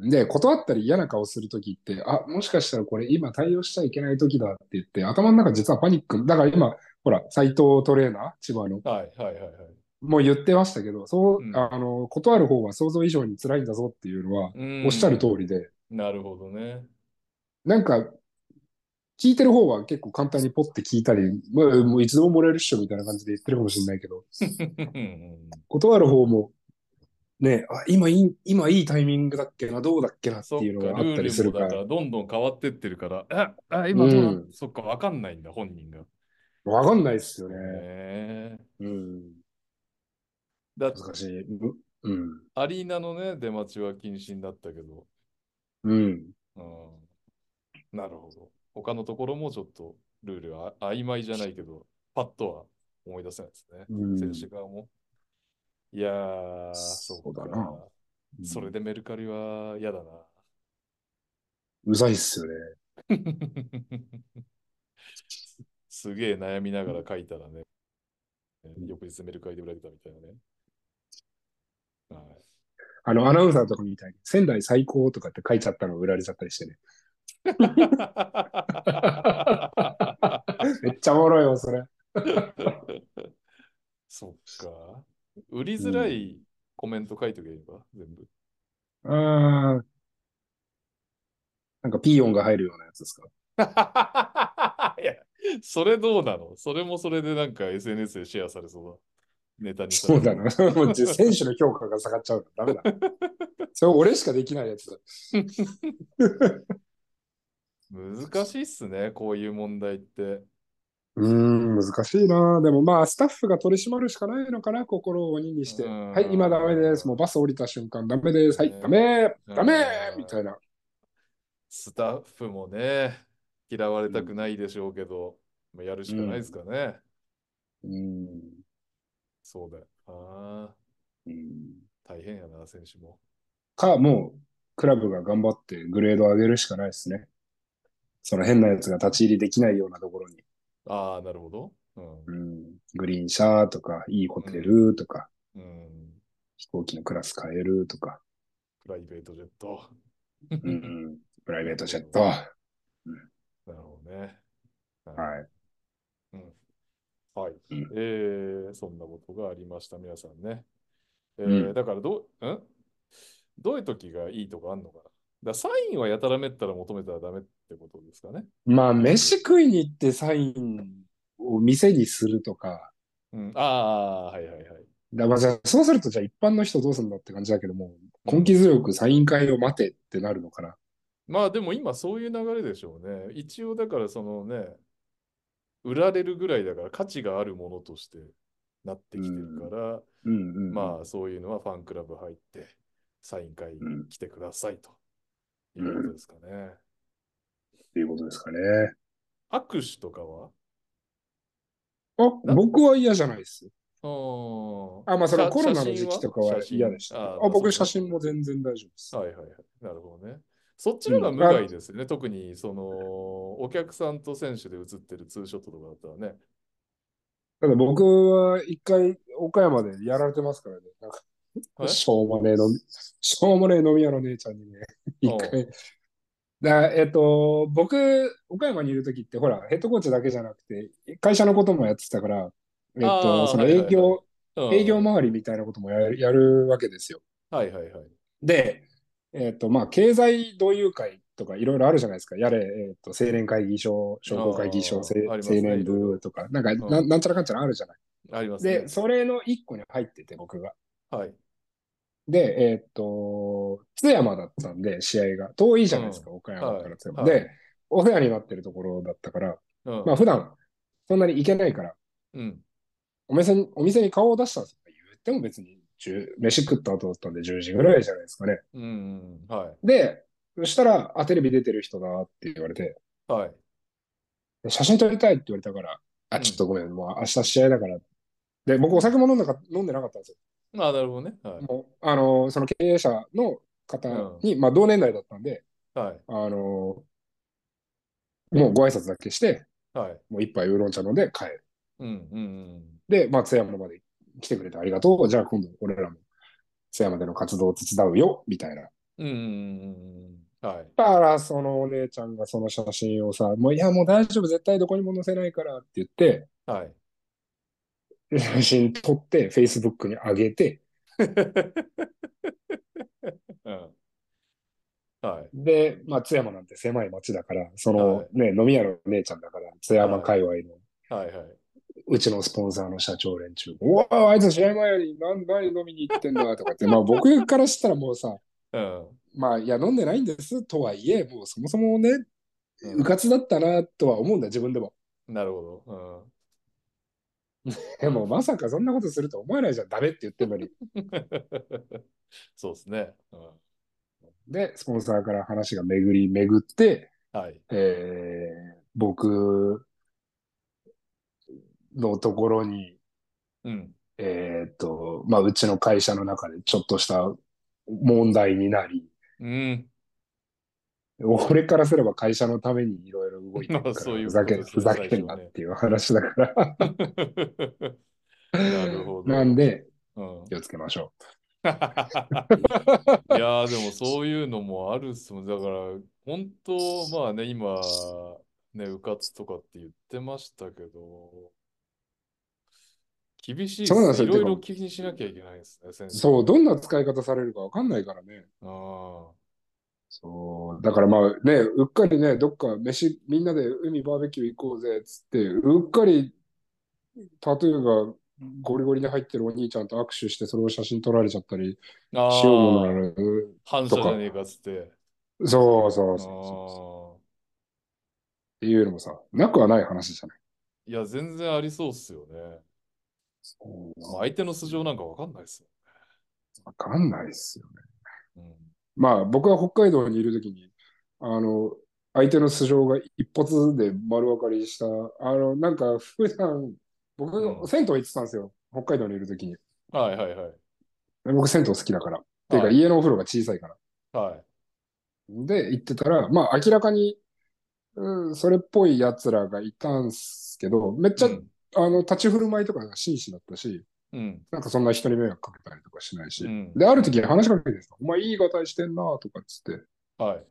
Speaker 1: うん。
Speaker 2: で、断ったり嫌な顔するときって、あ、もしかしたらこれ今対応しちゃいけないときだって言って、頭の中実はパニック。だから今、ほら、斎藤トレーナー、千葉の、
Speaker 1: はいはいはいはい。
Speaker 2: もう言ってましたけど、そう、
Speaker 1: うん
Speaker 2: あの、断る方は想像以上に辛いんだぞっていうのは、
Speaker 1: うん
Speaker 2: おっしゃる通りで、
Speaker 1: なるほどね。
Speaker 2: なんか、聞いてる方は結構簡単にポッて聞いたり、まあ、もういつでももらえるっしょみたいな感じで言ってるかもしれないけど、
Speaker 1: うん
Speaker 2: 断る方も、ね、あ、今いい、今いいタイミングだっけな、どうだっけなって
Speaker 1: そっか、
Speaker 2: い
Speaker 1: ル
Speaker 2: うのがあったりす
Speaker 1: ール
Speaker 2: る
Speaker 1: も
Speaker 2: か
Speaker 1: だ
Speaker 2: ら
Speaker 1: か、らどんどん変わってってるから、あ、あ今どうな
Speaker 2: うん
Speaker 1: そっか、わかんないんだ、本人が。
Speaker 2: わかんないっすよね。
Speaker 1: へえ
Speaker 2: うん。
Speaker 1: だ
Speaker 2: 難しい。むうん。
Speaker 1: アリーナのね、出待ちは禁止になったけど、
Speaker 2: うん。
Speaker 1: うんなるほど。他のところもちょっとルールはあ曖昧じゃないけど、パッとは思い出せないですね。
Speaker 2: うん
Speaker 1: 選手側も。いやー、そうか
Speaker 2: そうだな
Speaker 1: それでメルカリは嫌だな。
Speaker 2: うざいっすよね。
Speaker 1: すすげえ悩みながら書いたらね、翌日メルカリで売られたみたいなね。はい
Speaker 2: あの、アナウンサーとかみたいに、仙台最高とかって書いちゃったの売られちゃったりしてね。 めっちゃおもろいわ、それ。
Speaker 1: そっか。売りづらいコメント書いとけばいいのか、全部。
Speaker 2: うーん。なんかピー音が入るようなやつですか。
Speaker 1: いや、それどうなのそれもそれでなんか SNS でシェアされそうだ。ネタにさ
Speaker 2: そ
Speaker 1: れ
Speaker 2: うだな。もう選手の評価が下がっちゃうの。ダメだ。それ俺しかできないやつだ。
Speaker 1: 難しいっすね、こういう問題って。
Speaker 2: うーん、難しいな。でもまあ、スタッフが取り締まるしかないのかな、心を鬼にして。
Speaker 1: うーん
Speaker 2: はい、今ダメです。もうバス降りた瞬間、ダメです。はい
Speaker 1: ね、
Speaker 2: ダメ
Speaker 1: うん
Speaker 2: ダメみたいな。
Speaker 1: スタッフもね、嫌われたくないでしょうけど、まあやるしかないですかね。
Speaker 2: うーん。
Speaker 1: そうだよ。あ
Speaker 2: うん
Speaker 1: あ、大変やな、選手も。
Speaker 2: か、もう、クラブが頑張ってグレードを上げるしかないですね。その変なやつが立ち入りできないようなところに。
Speaker 1: ああ、なるほど。うん
Speaker 2: うん、グリーン車とか、いいホテルとか、
Speaker 1: うん、
Speaker 2: 飛行機のクラス変えるとか、
Speaker 1: プライベートジェット。
Speaker 2: うん うん、プライベートジェット。は。
Speaker 1: なるほどね。はいはい。
Speaker 2: うん
Speaker 1: えーそんなことがありました、皆さんね。えー
Speaker 2: うん
Speaker 1: だからどう、んどういう時がいいとかあんのかなだからサインはやたらめったら求めたらダメってことですかね。
Speaker 2: まあ、飯食いに行ってサインを店にするとか、
Speaker 1: うん、ああー、はいはいはい。
Speaker 2: だまあ、じゃあそうすると、じゃあ一般の人どうするんだって感じだけども、根気強くサイン会を待てってなるのかな。
Speaker 1: まあでも今そういう流れでしょうね。一応だからそのね、売られるぐらいだから価値があるものとしてなってきてるから、
Speaker 2: うんうん。
Speaker 1: まあそういうのはファンクラブ入ってサイン会
Speaker 2: うん
Speaker 1: 来てくださいということですかね。
Speaker 2: っていうことですかね。
Speaker 1: 握手とかは
Speaker 2: あ、僕は嫌じゃないです。
Speaker 1: あ
Speaker 2: あ、まあ、それはコロナの時期とかは嫌でしたけど。あ、僕、写真も
Speaker 1: 然。
Speaker 2: 全然大丈夫です。
Speaker 1: はいはいはい。なるほどね。そっちの方が無害ですよね。特にそのお客さんと選手で写ってるツーショットとかだったらね。
Speaker 2: ただ僕は一回岡山でやられてますからね。なんか
Speaker 1: え
Speaker 2: しょうもねえ飲み、しょうもねえ飲み屋の姉ちゃんにね、一回。だえっと、僕、岡山にいるときって、ほら、ヘッドコーチだけじゃなくて、会社のこともやってたから、えっ
Speaker 1: あー
Speaker 2: と、その
Speaker 1: はいはい
Speaker 2: 営
Speaker 1: はい
Speaker 2: 業、
Speaker 1: うん
Speaker 2: 営業周りみたいなこともやるやるわけですよ。
Speaker 1: はいはいはい。
Speaker 2: で、えっと、まあ、経済同友会とかいろいろあるじゃないですか。やれ、えっと、青年会議所、商工会議
Speaker 1: あ
Speaker 2: 所、
Speaker 1: ー
Speaker 2: せ
Speaker 1: あ
Speaker 2: 青
Speaker 1: りますね
Speaker 2: 年部とか、なんか、ななんちゃらかんちゃらあるじゃない。
Speaker 1: ありますね
Speaker 2: で、。それの一個に入ってて、僕が。
Speaker 1: はい。
Speaker 2: で、えーっと、津山だったんで、試合が。遠いじゃないですか、岡山から津山。
Speaker 1: はい
Speaker 2: で、お世話になってるところだったから、
Speaker 1: うん
Speaker 2: まあ、普段、そんなに行けないから、
Speaker 1: うん。
Speaker 2: お店に、お店に顔を出したんですよ。言っても別に、10飯食った後だったんで、10時ぐらいじゃないですかね。
Speaker 1: うん。は
Speaker 2: で、そしたら、あ、テレビ出てる人だって言われて、
Speaker 1: い。はい。
Speaker 2: 写真撮りたいって言われたから、
Speaker 1: う
Speaker 2: あ、
Speaker 1: ん
Speaker 2: ちょっとごめん、もう明日試合だから。で、僕お酒も飲んだか飲んでなかったんですよ。
Speaker 1: まあ、なるほどね。は
Speaker 2: もうあのその経営者の方に、まあ、同年代だったんで、
Speaker 1: い。はい。
Speaker 2: あのもうご挨拶だけして、
Speaker 1: はい。
Speaker 2: もう一杯ウーロン茶飲んで帰る。
Speaker 1: うん。うん。
Speaker 2: で、まあ、津山まで来てくれてありがとう。じゃあ今度俺らも津山での活動を手伝うよ、みたいな。
Speaker 1: うんうん。はい。
Speaker 2: だから、そのお姉ちゃんがその写真をさ、もういや、もう大丈夫、絶対どこにも載せないからって言って、
Speaker 1: はい。
Speaker 2: 写真撮って、Facebook に上げて、
Speaker 1: うん。はい。
Speaker 2: で、まあ、津山なんて狭い町だから、そ
Speaker 1: は
Speaker 2: の
Speaker 1: い
Speaker 2: ね、飲み屋のお姉ちゃんだから、津山界隈の
Speaker 1: はい。はい。
Speaker 2: うちのスポンサーの社長連中、うわあ、あいつ試合前より何何飲みに行ってんだとかって、まあ僕からしたらもうさ、
Speaker 1: うん。
Speaker 2: まあいや飲んでないんですとはいえ、もうそもそもね、
Speaker 1: うん
Speaker 2: うかつだったなとは思うんだ、自分でも。
Speaker 1: なるほど。
Speaker 2: でもまさかそんなことすると思わないじゃん、ダメって言ってんのに。
Speaker 1: うん。 そうですね。うん。
Speaker 2: で、スポンサーから話が巡り巡って、
Speaker 1: はい。
Speaker 2: えー僕のところに、
Speaker 1: うん。
Speaker 2: えーっと、まあ、うちの会社の中でちょっとした問題になり、
Speaker 1: うん。
Speaker 2: 俺からすれば会社のためにいろいろ動いてる
Speaker 1: まあ
Speaker 2: から、
Speaker 1: そういう
Speaker 2: ふざけ、
Speaker 1: ことですよ
Speaker 2: ふざけんなっていう話だから。
Speaker 1: なるほど。
Speaker 2: なんで、
Speaker 1: うん、
Speaker 2: 気をつけましょ
Speaker 1: いやーでもそういうのもあるっすもん。だから本当まあね今ねうかつとかって言ってましたけど厳しいっす
Speaker 2: そうなんですよ
Speaker 1: いろいろ
Speaker 2: て
Speaker 1: 気にしなきゃいけないですね先
Speaker 2: う。
Speaker 1: 生。
Speaker 2: そう、どんな使い方されるかわかんないからね。
Speaker 1: あ
Speaker 2: そう、だからまあね、うっかりね、どっか飯、みんなで海バーベキュー行こうぜっつって、うっかりタトゥーがゴリゴリに入ってるお兄ちゃんと握手して、それを写真撮られちゃったり
Speaker 1: ーあ
Speaker 2: しようも
Speaker 1: ー。
Speaker 2: のなら
Speaker 1: 反射じゃねえかっつって。
Speaker 2: そう
Speaker 1: あ
Speaker 2: そうそうそう。
Speaker 1: ー
Speaker 2: っていうのもさ、なくはない話じゃない。
Speaker 1: いや全然ありそうっすよね。まあ相手の素性なんかわかんないっすよ。
Speaker 2: わかんないっすよね。
Speaker 1: うん
Speaker 2: まあ僕は北海道にいるときに、あの、相手の素性が一発で丸分かりした、あの、なんか普段、僕
Speaker 1: う
Speaker 2: が
Speaker 1: ん
Speaker 2: 銭湯行ってたんですよ。北海道にいるときに。
Speaker 1: はいはいはい。
Speaker 2: 僕、銭湯好きだから。ていうか、
Speaker 1: はい
Speaker 2: 家のお風呂が小さいから。
Speaker 1: はい。
Speaker 2: で、行ってたら、まあ、明らかに、うん、それっぽい奴らがいたんすけど、めっちゃ、
Speaker 1: うん
Speaker 2: あの、立ち振る舞いとかが紳士だったし、
Speaker 1: うん。
Speaker 2: なんかそんな人に迷惑かけたりとかしないし。
Speaker 1: うん。
Speaker 2: で、ある時話しかけてさ、お前いいがたいしてんなとかっつって、
Speaker 1: はい。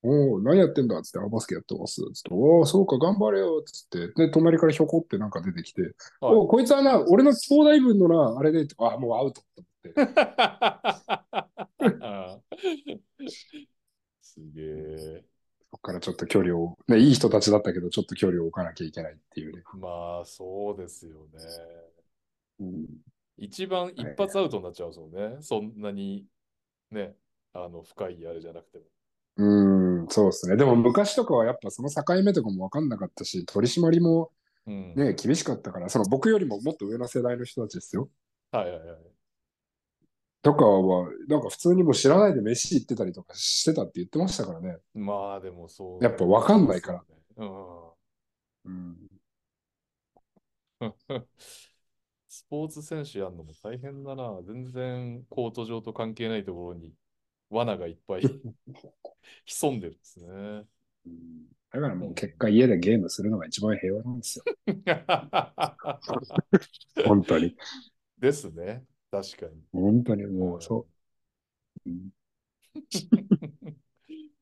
Speaker 2: おお、何やってんだっつって、あ、バスケやってます。つって、おお、そうか、頑張れよ。つって、で、隣からひょこってなんか出てきて、
Speaker 1: はい
Speaker 2: おうこいつはな、俺の東大文のな、あれで、あ、もうアウトと思って。
Speaker 1: すげえ。
Speaker 2: そこからちょっと距離を、ね、いい人たちだったけど、ちょっと距離を置かなきゃいけないっていうね。
Speaker 1: まあ、そうですよね。
Speaker 2: うん、
Speaker 1: 一番一発アウトになっちゃうそうね。そんなに、ね、あの、深いあれじゃなくても。
Speaker 2: うーんそうですね。でも昔とかはやっぱその境目とかも分かんなかったし、取り締まりも
Speaker 1: うん。
Speaker 2: ね、厳しかったから、その僕よりももっと上の世代の人たちですよ。
Speaker 1: はいはいはい。
Speaker 2: とかは、なんか普通にもう知らないで飯行ってたりとかしてたって言ってましたからね。
Speaker 1: まあ、でもそう。
Speaker 2: やっぱわかんないから
Speaker 1: そうね。
Speaker 2: うん。
Speaker 1: うん。 スポーツ選手やんのも大変だな。全然コート上と関係ないところに罠がいっぱい潜んでるんですね。
Speaker 2: うんだからもう結果家でゲームするのが一番平和なんですよ。本当に。
Speaker 1: ですね。確かに。
Speaker 2: 本当にもうそううん
Speaker 1: ん。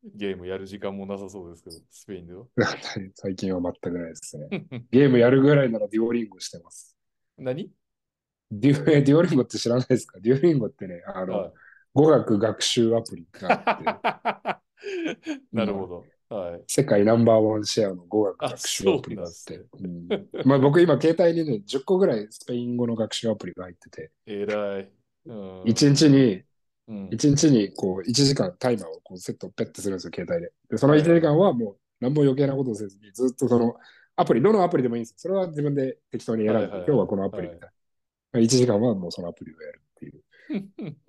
Speaker 1: ゲームやる時間もなさそうですけど、スペインでは。
Speaker 2: う。最近は全くないですね。ゲームやるぐらいならデュオリンゴしてます。
Speaker 1: 何
Speaker 2: デュデュオリンゴって知らないですかデュオリンゴってね、あの、
Speaker 1: は
Speaker 2: 語学学習アプリがあ って、
Speaker 1: い なるほど。はい。
Speaker 2: 世界ナンバーワンシェアの語学学習アプリがあっ
Speaker 1: あ
Speaker 2: て、うんまあ僕今携帯にね、10個ぐらいスペイン語の学習アプリが入ってて、
Speaker 1: えらい。うん
Speaker 2: 1日に、
Speaker 1: うん
Speaker 2: 一日にこう1時間タイマーをこうセットペッてするんですよ、携帯で。で、その1時間はもう何も余計なことをせずに、ずっとそのアプリ、どのアプリでもいいんですよ。それは自分で適当に選んで、
Speaker 1: はいはいはい
Speaker 2: 今日はこのアプリみたいな。1時間はもうそのアプリをやるっていう。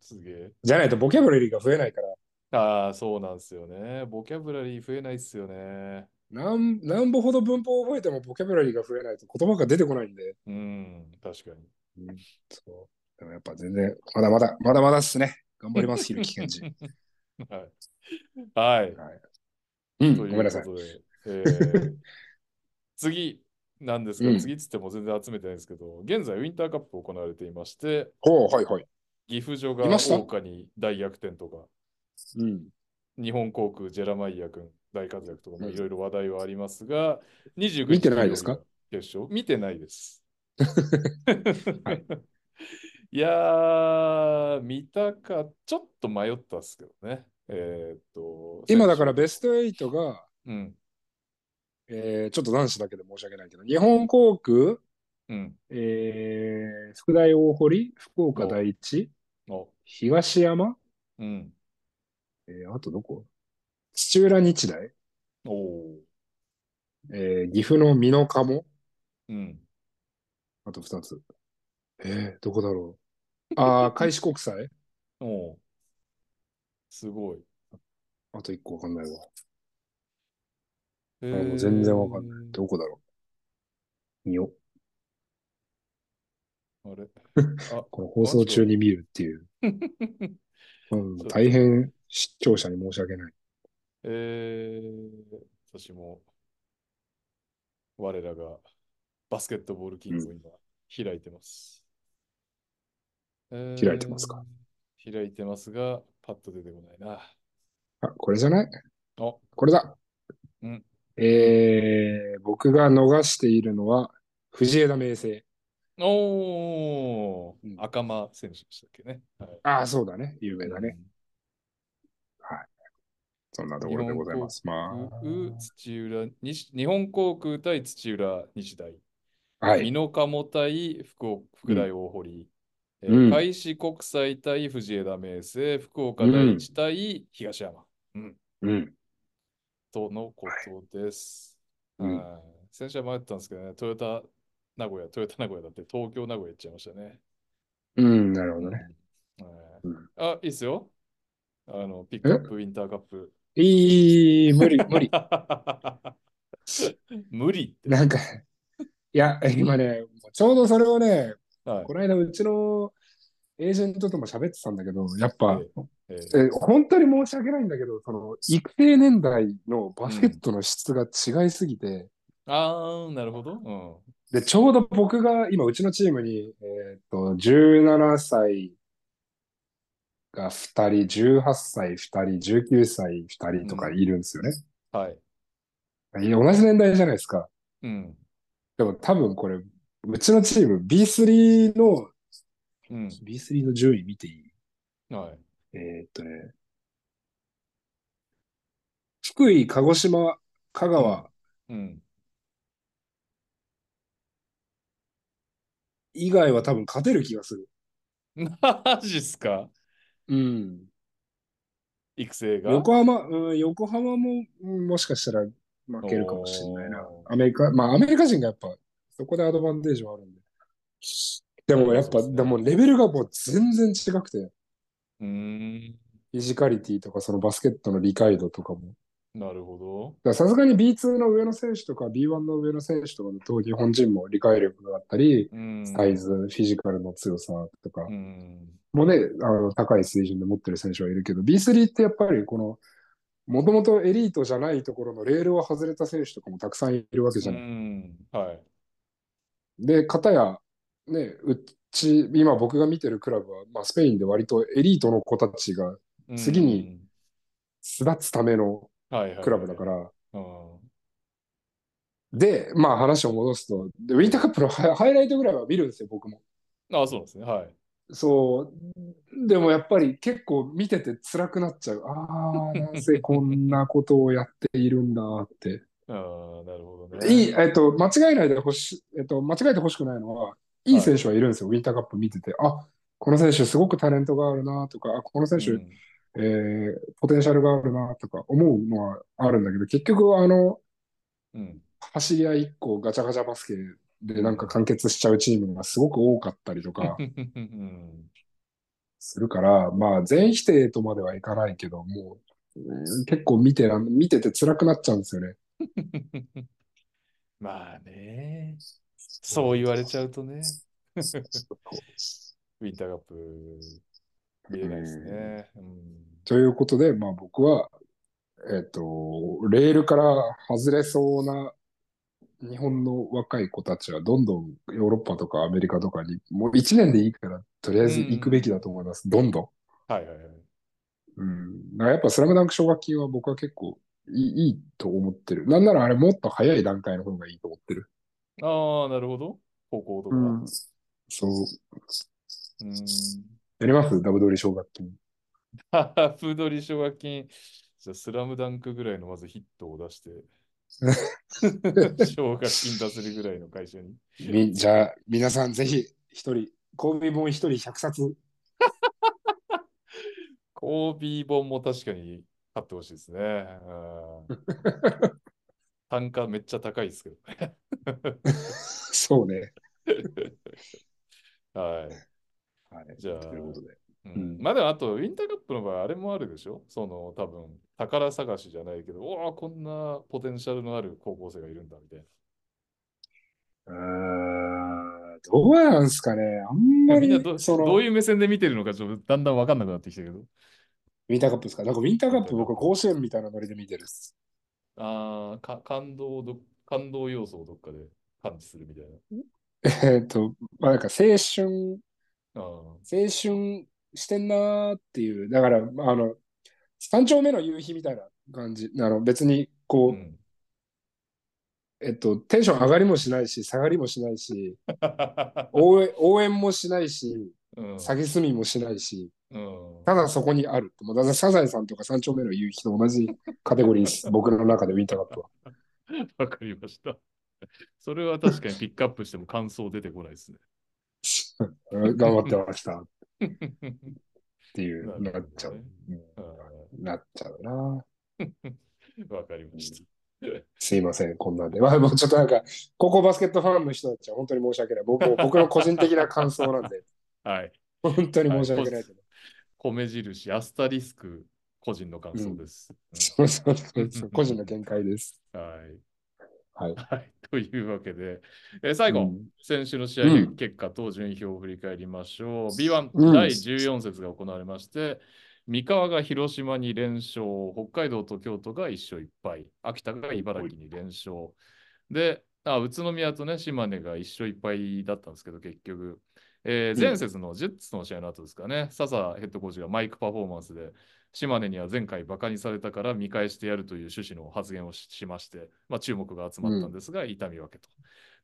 Speaker 1: すげえ。
Speaker 2: じゃないとボキャブラリーが増えないから、
Speaker 1: ああ、そうなんですよね。ボキャブラリー増えないっすよね。
Speaker 2: なん、なんぼほど文法を覚えてもボキャブラリーが増えないと言葉が出てこないんで。
Speaker 1: うん、確かに。
Speaker 2: そう。でもやっぱ全然、まだまだ、まだまだっすね。頑張ります、ひるきけん じ。はい。
Speaker 1: はい。はい。
Speaker 2: うん、
Speaker 1: と
Speaker 2: ご
Speaker 1: い
Speaker 2: めんな
Speaker 1: う
Speaker 2: さ
Speaker 1: こ
Speaker 2: い。
Speaker 1: とで、え ー次なんですが、
Speaker 2: うん
Speaker 1: 次っつっても全然集めてないんですけど、現在ウィンターカップ行われていまして、
Speaker 2: ほう、はいはい。
Speaker 1: 岐阜城が
Speaker 2: いました
Speaker 1: 大岡に大逆転とか、
Speaker 2: うん。
Speaker 1: 日本航空ジェラマイヤ君大活躍とか、まあいろいろ話題はありますが、29日
Speaker 2: 見てないですか
Speaker 1: 決勝見てないです。、
Speaker 2: はい
Speaker 1: やー、見たか、ちょっと迷ったっすけどね。えーっと、
Speaker 2: 今だから
Speaker 1: 先
Speaker 2: ベスト8が、
Speaker 1: 週うん、
Speaker 2: えーちょっと男子だけで申し訳ないけど、日本航空、
Speaker 1: うん、
Speaker 2: えー、福大大堀、福岡第一、
Speaker 1: お、
Speaker 2: 東山、
Speaker 1: うん、
Speaker 2: えーあとどこ土浦日大、
Speaker 1: おー
Speaker 2: えー岐阜の美濃加茂、
Speaker 1: うん。
Speaker 2: あと2つ。えー、どこだろう。あー、開志国際
Speaker 1: おうすごい。
Speaker 2: あと1個わかんないわ。
Speaker 1: え
Speaker 2: もう全然わかんどこだろう。みよ。
Speaker 1: えあ れ。
Speaker 2: この放送中に見るっていう。うん、大変視聴者に申し訳ない。
Speaker 1: えー、私も、我らがバスケットボールキングを今、開いてます。えー
Speaker 2: 開いてますか。
Speaker 1: 開いてますが、パッと出てこないな。
Speaker 2: あ、これじゃない
Speaker 1: あ
Speaker 2: これだ。
Speaker 1: うん
Speaker 2: えー、僕が逃しているのは、藤枝明星。
Speaker 1: おー、
Speaker 2: うん
Speaker 1: 赤間選手でしたっけね。はい、
Speaker 2: ああ、そうだね。有名だね。そんなところでございます。ま
Speaker 1: うう土浦西日本航空対土浦日大、
Speaker 2: あ、は
Speaker 1: 美
Speaker 2: い。
Speaker 1: 濃鴨対福岡福大大堀、え
Speaker 2: うん
Speaker 1: ー開志国際対藤枝明星、福岡第一対東山、
Speaker 2: うん。
Speaker 1: とのことです。
Speaker 2: はいうん
Speaker 1: はい先週は迷ったんですけどね、トヨタ名古屋、トヨタ名古屋だって東京名古屋行っちゃいましたね。
Speaker 2: うん、なるほどね。
Speaker 1: はい
Speaker 2: うん
Speaker 1: あ、いいっすよ。あの、ピックアップ、ウィンターカップ。
Speaker 2: いい、無理、無理。
Speaker 1: 無理って。
Speaker 2: なんか、いや、今ね、ちょうどそれをね、
Speaker 1: はい
Speaker 2: この間、うちのエージェントとも喋ってたんだけど、やっぱ、
Speaker 1: えー
Speaker 2: え本当に申し訳ないんだけど、その、育成年代のバスケットの質が違いすぎて、
Speaker 1: ああ、なるほど。
Speaker 2: で、ちょうど僕が、今、うちのチームに、えーっと、17歳が2人、18歳2人、19歳2人とかいるんですよね。
Speaker 1: うん。はい。
Speaker 2: いや同じ年代じゃないですか。
Speaker 1: うん。
Speaker 2: でも多分これ、うちのチーム B3 の、
Speaker 1: うん。
Speaker 2: B3 の順位見ていい
Speaker 1: はい。
Speaker 2: えーっとね、福井、鹿児島、香川、
Speaker 1: うん。
Speaker 2: 以外は多分勝てる気がする。
Speaker 1: マジっすか
Speaker 2: うん。
Speaker 1: 育成が。
Speaker 2: 横浜、うん、横浜も、うんもしかしたら負けるかもしれないな
Speaker 1: お。ー
Speaker 2: アメリカ、まあアメリカ人がやっぱそこでアドバンテージはあるんで。でもやっ
Speaker 1: そう
Speaker 2: ぱ、
Speaker 1: ですね
Speaker 2: でもレベルがもう全然違くて、
Speaker 1: うーん。
Speaker 2: フィジカリティとかそのバスケットの理解度とかも。
Speaker 1: なるほ
Speaker 2: だからさすがに B2 の上の選手とか B1 の上の選手とかの当日本人も理解力があったり、
Speaker 1: ど。うん。
Speaker 2: サイズ、フィジカルの強さとか
Speaker 1: うん。
Speaker 2: もね、あの高い水準で持ってる選手はいるけど、B3 ってやっぱりこの、もともとエリートじゃないところのレールを外れた選手とかもたくさんいるわけじ
Speaker 1: う
Speaker 2: ゃない。
Speaker 1: ん。はい。
Speaker 2: で、かたや、ね、うち、今僕が見てるクラブは、まあ、スペインで割とエリートの子たちが
Speaker 1: うん
Speaker 2: 次に、巣立つための
Speaker 1: はいはいはい
Speaker 2: クラブだから、
Speaker 1: うん
Speaker 2: で、まあ話を戻すと、でウィンターカップのハイハイライトぐらいは見るんですよ、僕も。
Speaker 1: あそうなんですね。はい。
Speaker 2: そう。でもやっぱり結構見てて辛くなっちゃう。ああ、なんせこんなことをやっているんだって。
Speaker 1: ああ、なるほどね。
Speaker 2: いい、えっと、間違えないでほし、えっと、間違えてほしくないのは、いい選手はいるんですよ、ウィンターカップ見てて。あ、この選手すごくタレントがあるなとか、あこの選手、
Speaker 1: うん
Speaker 2: えーポテンシャルがあるなとか思うのはあるんだけど、結局、あの、
Speaker 1: うん。
Speaker 2: 走り合い一個ガチャガチャバスケでなんか完結しちゃうチームがすごく多かったりとか
Speaker 1: うん。
Speaker 2: するから、まあ、全否定とまではいかないけど、もう、うん結構見てらん、見てて辛くなっちゃうんですよね。
Speaker 1: まあね。そう言われちゃう とね。ウィンターカップ見れないですね。うん
Speaker 2: ということで、まあ僕は、えっ、と、レールから外れそうな日本の若い子たちはどんどんヨーロッパとかアメリカとかに、もう1年でいいから、とりあえず行くべきだと思います。どんど
Speaker 1: はいはいはい。
Speaker 2: ん。うん。だからやっぱスラムダンク奨学金は僕は結構いいいいと思ってる。なんならあれもっと早い段階の方がいいと思ってる。
Speaker 1: ああ、なるほど。高校とか。うん。。
Speaker 2: そう。やりますダブドリ奨学金。
Speaker 1: ははフードリ奨学金。じゃあスラムダンクぐらいのまずヒットを出 して。奨学金出せるぐらいの会社に。
Speaker 2: みじゃあ、皆さんぜひ一人、神戸本一人100冊。
Speaker 1: コービー本も確かに買ってほしいですね。うん単価めっちゃ高いですけどね。
Speaker 2: そうね。
Speaker 1: はい。
Speaker 2: はい
Speaker 1: じゃあ
Speaker 2: ということ
Speaker 1: う
Speaker 2: で。
Speaker 1: ん
Speaker 2: うん
Speaker 1: まあでもあと、ウィンターカップの場合、あれもあるでしょその多分、宝探しじゃないけど、うわあ、こんなポテンシャルのある高校生がいるんだみたいな。
Speaker 2: うーんどうなんすかね。あんま
Speaker 1: みんなど
Speaker 2: り、そ
Speaker 1: ど
Speaker 2: の
Speaker 1: う、いう目線で見てるのかちょっとだんだん分かんなくなってきたけど。
Speaker 2: ウィンターカップですかなんかウィンターカップ僕は甲子園みたいなノリで見てるっ す。
Speaker 1: ああ、か感動をど、感動要素をどっかで感知するみたい
Speaker 2: えっと、まあなんか青春、
Speaker 1: な。あ
Speaker 2: 青春してんなーっていう、だから、まああの、三丁目の夕日みたいな感じ。あの、別に、
Speaker 1: あ、
Speaker 2: こう、
Speaker 1: うん。
Speaker 2: えっと、テンション上がりもしないし、下がりもしないし、応援応援もしないし、
Speaker 1: うん。
Speaker 2: 下げすみもしないし、
Speaker 1: うん
Speaker 2: ただそこにある。もうだからサザエさんとか三丁目の夕日と同じカテゴリ ーです。僕の中でウィンターカップは。
Speaker 1: わかりました。それは確かにピックアップしても感想出てこないですね。
Speaker 2: うん頑張ってましたっ
Speaker 1: な
Speaker 2: ていう、
Speaker 1: る
Speaker 2: な
Speaker 1: ほど
Speaker 2: っちゃう
Speaker 1: ね。
Speaker 2: うん
Speaker 1: う
Speaker 2: なっちゃうな。
Speaker 1: んわかりました。
Speaker 2: すいません、こんなんで。まあ、もうちょっとなんか、高校バスケットファンの人たちは本当に申し訳ない。僕も僕の個人的な感想な んで、
Speaker 1: はい。
Speaker 2: 本当に申し訳ないけど。
Speaker 1: 米印、アスタリスク、個人の感想です。
Speaker 2: そうそうそうそう、個人の見解です。
Speaker 1: うんはい。
Speaker 2: はい。
Speaker 1: はい。というわけで、えー最後、
Speaker 2: うん
Speaker 1: 先週の試合
Speaker 2: うん
Speaker 1: 結果と順位表を振り返りましょう。B1
Speaker 2: うん
Speaker 1: 第14節が行われまして、三河が広島に連勝、北海道と京都が1勝1敗、秋田が茨城に連勝。で、あ宇都宮とね、島根が1勝1敗だったんですけど、結局、えー
Speaker 2: うん
Speaker 1: 前節のジェッツの試合の後ですかね、笹ヘッドコーチがマイクパフォーマンスで、島根には前回バカにされたから見返してやるという趣旨の発言をししまして、まあ、注目が集まったんですが、痛み分けと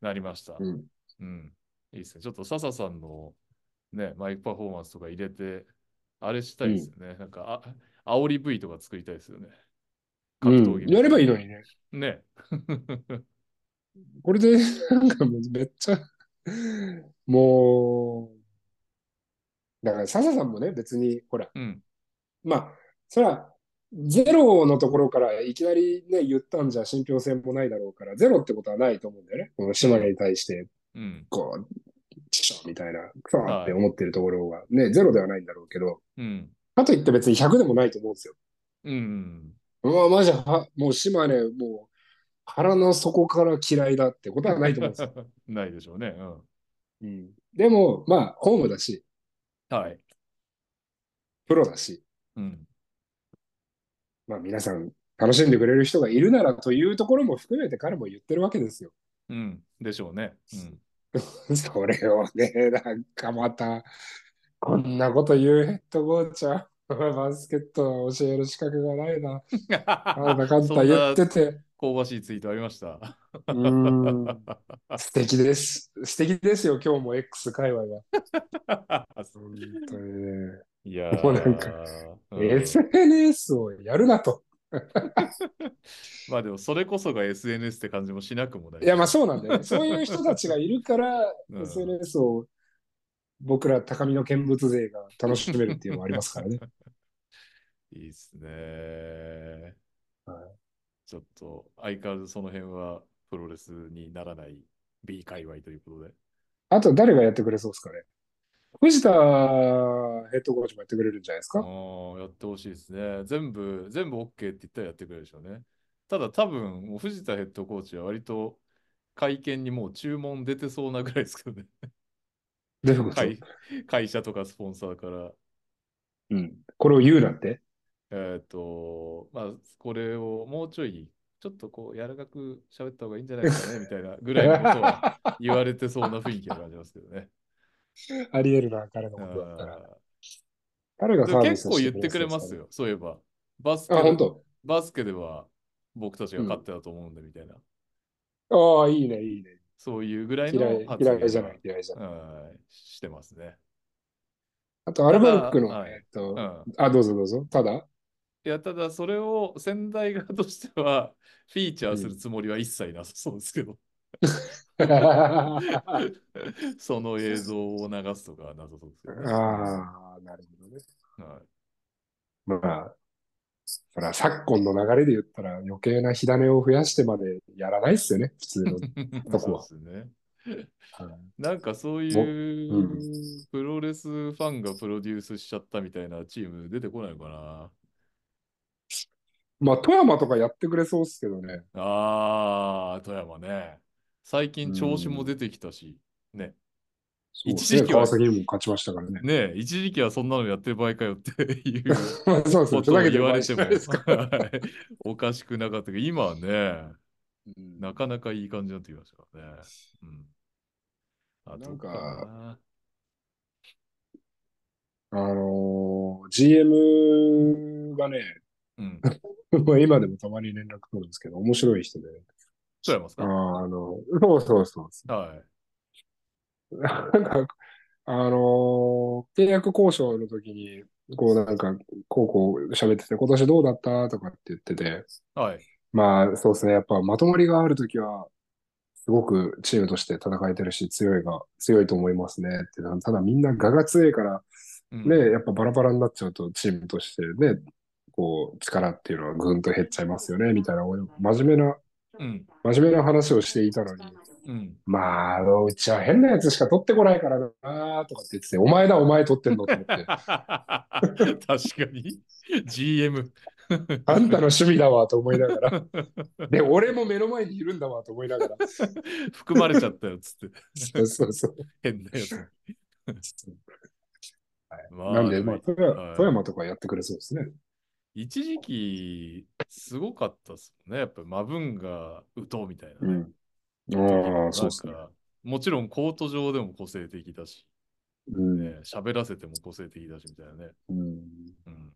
Speaker 1: なりました。
Speaker 2: うん。
Speaker 1: うん。いいですね。ちょっと笹さんの、ね、マイクパフォーマンスとか入れて、あれしたいですよね。なんかあ、煽り V とか作りたいですよね。格闘技みた
Speaker 2: うんやればいいのにね。
Speaker 1: に。 ね。
Speaker 2: これで、なんかもうめっちゃ、もう、だから笹さんもね、別に、ほら、
Speaker 1: うん。
Speaker 2: まあ、そら、ゼロのところからいきなりね、言ったんじゃ信憑性もないだろうから、ゼロってことはないと思うんだよね。この島根に対して、
Speaker 1: うん。
Speaker 2: こう、ちくしょうみたいな、くそーって思ってるところが、ね、ゼロではないんだろうけど、
Speaker 1: うん。
Speaker 2: かといって別に100でもないと思うんですよ。
Speaker 1: うん。
Speaker 2: うわ、マジは、もう島根、もう、腹の底から嫌いだってことはないと思うんですよ。
Speaker 1: ないでしょうね。うん。
Speaker 2: うん、でも、まあ、ホームだし、
Speaker 1: はい。
Speaker 2: プロだし、
Speaker 1: うん。
Speaker 2: まあ皆さん楽しんでくれる人がいるならというところも含めて彼も言ってるわけですよ。
Speaker 1: うん。でしょうね。うん。
Speaker 2: それをね、なんかまた、こんなこと言うヘッドコーチは、バスケットを教える資格がないな、 あんたかん
Speaker 1: そ
Speaker 2: た
Speaker 1: ん
Speaker 2: 言
Speaker 1: な
Speaker 2: ってて、
Speaker 1: 香ばしいツイートありました。
Speaker 2: うーん、素敵です。素敵ですよ、今日も X 界隈は。本当にね、
Speaker 1: いやー
Speaker 2: もうなんか、
Speaker 1: うん
Speaker 2: SNS をやるなと。
Speaker 1: まあでもそれこそが SNS って感じもしなくもない。
Speaker 2: いや、まあそうなん だよね。そういう人たちがいるから、
Speaker 1: うん
Speaker 2: SNS を僕ら高みの見物勢が楽しめるっていうのもありますからね。
Speaker 1: いいっすね。
Speaker 2: は
Speaker 1: ちょっと相変わらずその辺はプロレスにならない B 界隈ということで。
Speaker 2: あと誰がやってくれそうですかね。藤田ヘッドコーチもやってくれるんじゃないです
Speaker 1: あ
Speaker 2: か。
Speaker 1: ーやってほしいですね。全部、全部 OK って言ったらやってくれるでしょうね。ただ多分、もう藤田ヘッドコーチは割と会見にもう注文出てそうなぐらいですけどね。
Speaker 2: どういうこと、
Speaker 1: 会会社とかスポンサーから。
Speaker 2: うん、これを言うなんて。
Speaker 1: えっと、まあ、これをもうちょい、ちょっとこう、柔らかく喋った方がいいんじゃないかね、みたいなぐらいのことは
Speaker 2: あ
Speaker 1: 言われてそうな雰囲気が感じますけど ね。
Speaker 2: り得るな、彼の
Speaker 1: う
Speaker 2: ことだったら。
Speaker 1: ん
Speaker 2: 彼が
Speaker 1: で
Speaker 2: サ
Speaker 1: も
Speaker 2: ービ
Speaker 1: 結
Speaker 2: スを
Speaker 1: 構
Speaker 2: し
Speaker 1: 言
Speaker 2: て
Speaker 1: ってくれます
Speaker 2: そうで
Speaker 1: よ、そういえば。バス
Speaker 2: す
Speaker 1: ケ
Speaker 2: かね。あ、本当。
Speaker 1: バスケでは僕たちが勝手だと思うんで、みたいな。
Speaker 2: ああ、いいね、いいね。
Speaker 1: そういうぐらいの
Speaker 2: 嫌い、
Speaker 1: 発言
Speaker 2: 嫌いじゃない、嫌いじゃない。
Speaker 1: うんしてますね。
Speaker 2: あと、アルバルクの、
Speaker 1: ただはい
Speaker 2: えっと、
Speaker 1: うん。
Speaker 2: あ、どうぞどうぞ。ただ、
Speaker 1: いや、ただそれを仙台側としては、 フィーチャーするつもりは一切なさそうですけど。 その映像を流すとかはなさそうですけどね、
Speaker 2: ああ、なるほどね。
Speaker 1: はい
Speaker 2: まあ、そら昨今の流れで言ったら余計な火種を増やしてまでやらないっすよね、普通の。 そこは
Speaker 1: そうですね。なんかそうい
Speaker 2: も
Speaker 1: うプロレスファンがプロデュースしちゃったみたいなチーム出てこないのかな。
Speaker 2: まあ、富山とかやってくれそうっすけどね。
Speaker 1: ああ、富山ね。最近調子も出てきたし、ね。
Speaker 2: そう
Speaker 1: 一時期は
Speaker 2: ね川崎にも勝ちましたか らね。
Speaker 1: ねえ、一時期はそんなのやってる場合かよって いう
Speaker 2: まあそうです
Speaker 1: こ
Speaker 2: ね。
Speaker 1: とを言われ
Speaker 2: してい
Speaker 1: も
Speaker 2: ですか。
Speaker 1: はい おかしくなかったけど、今はね、なかなかいい感じになってきましたからね。うん、あ
Speaker 2: な
Speaker 1: どうん
Speaker 2: か
Speaker 1: か
Speaker 2: あのー GM がね、
Speaker 1: な、うん、
Speaker 2: まあ今でもたまに連絡取るんですけど、面白い人で。
Speaker 1: そうやます
Speaker 2: あ
Speaker 1: か。
Speaker 2: ーあの、そうそうそうそ
Speaker 1: は
Speaker 2: う。 なんか、あのー契約交渉の時に、こうなんか、こうこう喋ってて、今年どうだったとかって言ってて、
Speaker 1: い。はい。
Speaker 2: まあそうですね、やっぱまとまりがある時は、すごくチームとして戦えてるし、強いが、強いと思いますねって。ただみんな我が強いから、
Speaker 1: うん
Speaker 2: ね、やっぱバラバラになっちゃうと、チームとしてね、こう、力っていうのはぐんと減っちゃいますよね、みたいな、俺真面目な、
Speaker 1: うん。
Speaker 2: 真面目な話をしていたのに、
Speaker 1: うん。
Speaker 2: まあ、あのうちは変なやつしか取ってこないからなとかって言ってて、お前だ、お前取ってんのと思っ て、
Speaker 1: 確かに。GM。
Speaker 2: あんたの趣味だわと思いなが ら、で、俺も目の前にいるんだわと思いながら、
Speaker 1: 含まれちゃったよ、つって。
Speaker 2: そうそうそう。
Speaker 1: 変なやつ。まあ
Speaker 2: なんで、まあ、
Speaker 1: も
Speaker 2: 富
Speaker 1: は
Speaker 2: 山
Speaker 1: い
Speaker 2: 富山とかやってくれそうですね。
Speaker 1: 一時期、すごかったっすもんね。やっぱりマブンが打とうみたいな
Speaker 2: う
Speaker 1: ね、
Speaker 2: ん。
Speaker 1: な
Speaker 2: あ
Speaker 1: ん
Speaker 2: あ、そうですね。
Speaker 1: かもちろんコート上でも個性的だし、
Speaker 2: うん。
Speaker 1: ね喋らせても個性的だしみたいなね。
Speaker 2: うん。
Speaker 1: うん。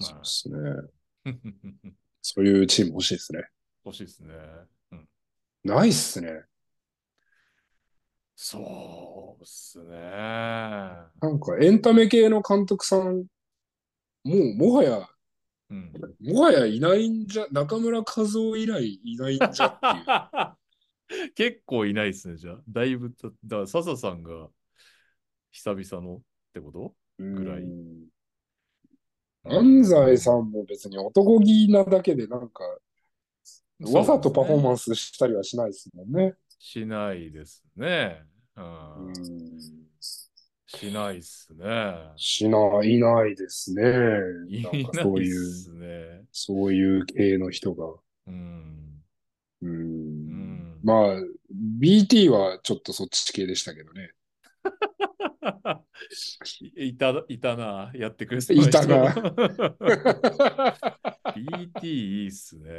Speaker 1: ま
Speaker 2: そう
Speaker 1: あ
Speaker 2: で、すね。
Speaker 1: 欲
Speaker 2: そういうチーム欲しいですね。
Speaker 1: しいですね。うん。
Speaker 2: ないっすね。
Speaker 1: そうっすね。
Speaker 2: なんかエンタメ系の監督さん、もうもはや、
Speaker 1: うん。
Speaker 2: もはやいないんじゃ、中村和夫以来いないんじゃっていう。
Speaker 1: 結構いないですね、じゃあ。だいぶた、だから笹さんが久々のってこと ぐらい
Speaker 2: うん安西さんも別に男気なだけで、なんか、わざとパフォーマ
Speaker 1: ンス。
Speaker 2: ンスしたりはしないですもんね。
Speaker 1: しないですね。うん。
Speaker 2: うん
Speaker 1: しないっすね。
Speaker 2: しない、いないですね。
Speaker 1: い
Speaker 2: なんかそう
Speaker 1: ない
Speaker 2: い
Speaker 1: っ
Speaker 2: う、
Speaker 1: すね。
Speaker 2: そういう系の人が。
Speaker 1: うん。
Speaker 2: うん
Speaker 1: うん
Speaker 2: まあ、BT はちょっとそっち系でしたけ どね。
Speaker 1: いた、いたな、やってくれ
Speaker 2: いたな
Speaker 1: BT いいっすね。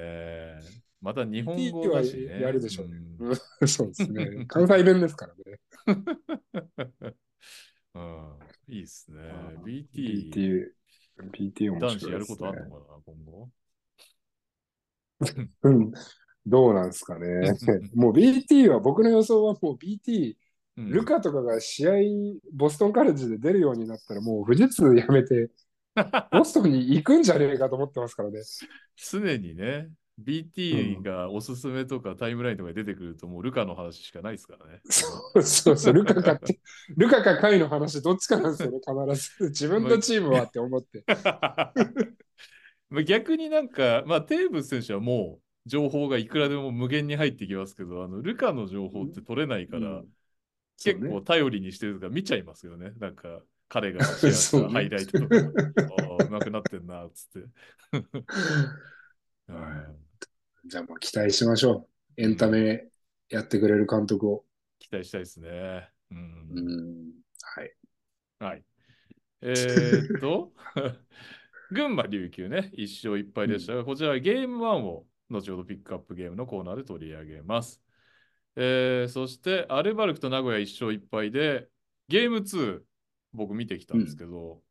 Speaker 1: また日本
Speaker 2: BT
Speaker 1: 語だしね。
Speaker 2: はやるでしょうね
Speaker 1: ん
Speaker 2: うんそうですね。関西弁ですからね。
Speaker 1: うん、いいっすね
Speaker 2: あ。ー
Speaker 1: BT、
Speaker 2: BT、BT
Speaker 1: 男
Speaker 2: 面白いで
Speaker 1: 子
Speaker 2: す
Speaker 1: や
Speaker 2: ね
Speaker 1: ることあるのかな、今後。
Speaker 2: うんどうなんですかね。もう BT は、僕の予想はもう BT、
Speaker 1: うん
Speaker 2: ルカとかが試合、ボストンカレッジで出るようになったら、もう富士通やめて、ボストンに行くんじゃねえかと思ってますからね。
Speaker 1: 常にね、BT がおすすめとかタイムラインとかに出てくると、もうルカの話しかないですからね。
Speaker 2: そうそうそう、ルカかって、ルカかカイの話、どっちかなんですよね、必ず。自分のチームはって思って。
Speaker 1: まあ逆になんか、まあ、テーブス選手はもう情報がいくらでも無限に入ってきますけど、あのルカの情報って取れないから、
Speaker 2: うん
Speaker 1: 結構頼りにしてるとか見ちゃいますよね。なんか彼がシェアしたハイライトとか、ああうまくなってんな、つって。うん
Speaker 2: じゃあもう期待しましょう。エンタメやってくれる監督を。
Speaker 1: 期待したいですね。うん
Speaker 2: うん。はい。
Speaker 1: はい。えーっと、 群馬琉球ね、1勝1敗でしたが、こちらはゲーム1を後ほどピックアップゲームのコーナーで取り上げます。えーそして、アルバルクと名古屋1勝1敗で、ゲーム2、僕見てきたんですけど、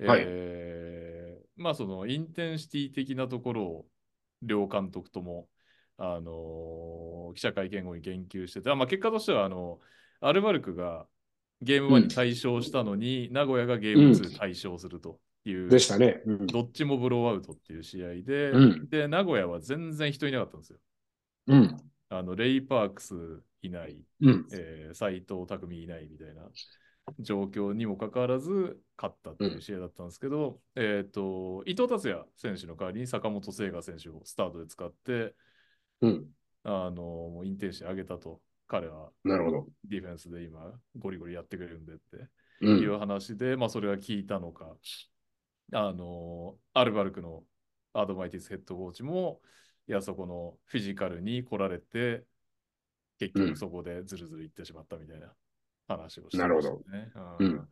Speaker 2: はい
Speaker 1: えーまあそのインテンシティ的なところを両監督とも、あのー記者会見後に言及してて、あまあ、結果としてはあのアルバルクがゲーム1に対勝したのに、名古屋がゲーム2対勝するという、
Speaker 2: でしたね。うん。
Speaker 1: どっちもブローアウトっていう試合で、
Speaker 2: うん
Speaker 1: で、名古屋は全然人いなかったんですよ。
Speaker 2: うん。
Speaker 1: あのレイ・パークスいない、
Speaker 2: うん。
Speaker 1: えー、斎藤匠いないみたいな状況にもかかわらず勝ったっていう試合だったんですけど、えっ、と、伊藤達也選手の代わりに坂本聖雅選手をスタートで使って、
Speaker 2: うん。
Speaker 1: あのもうインテンシ上げたと、彼は
Speaker 2: なるほど。
Speaker 1: ディフェンスで今ゴリゴリやってくれるんでって
Speaker 2: う
Speaker 1: い
Speaker 2: ん。
Speaker 1: う話で、まあそれが効いたのか、あのアルバルクのアドバイティスヘッドコーチも、いや、そこのフィジカルに来られて、結
Speaker 2: う
Speaker 1: 局
Speaker 2: ん
Speaker 1: そこでズルズルいってしまったみたいな話をして
Speaker 2: なるほど
Speaker 1: ど。
Speaker 2: う
Speaker 1: うん
Speaker 2: ん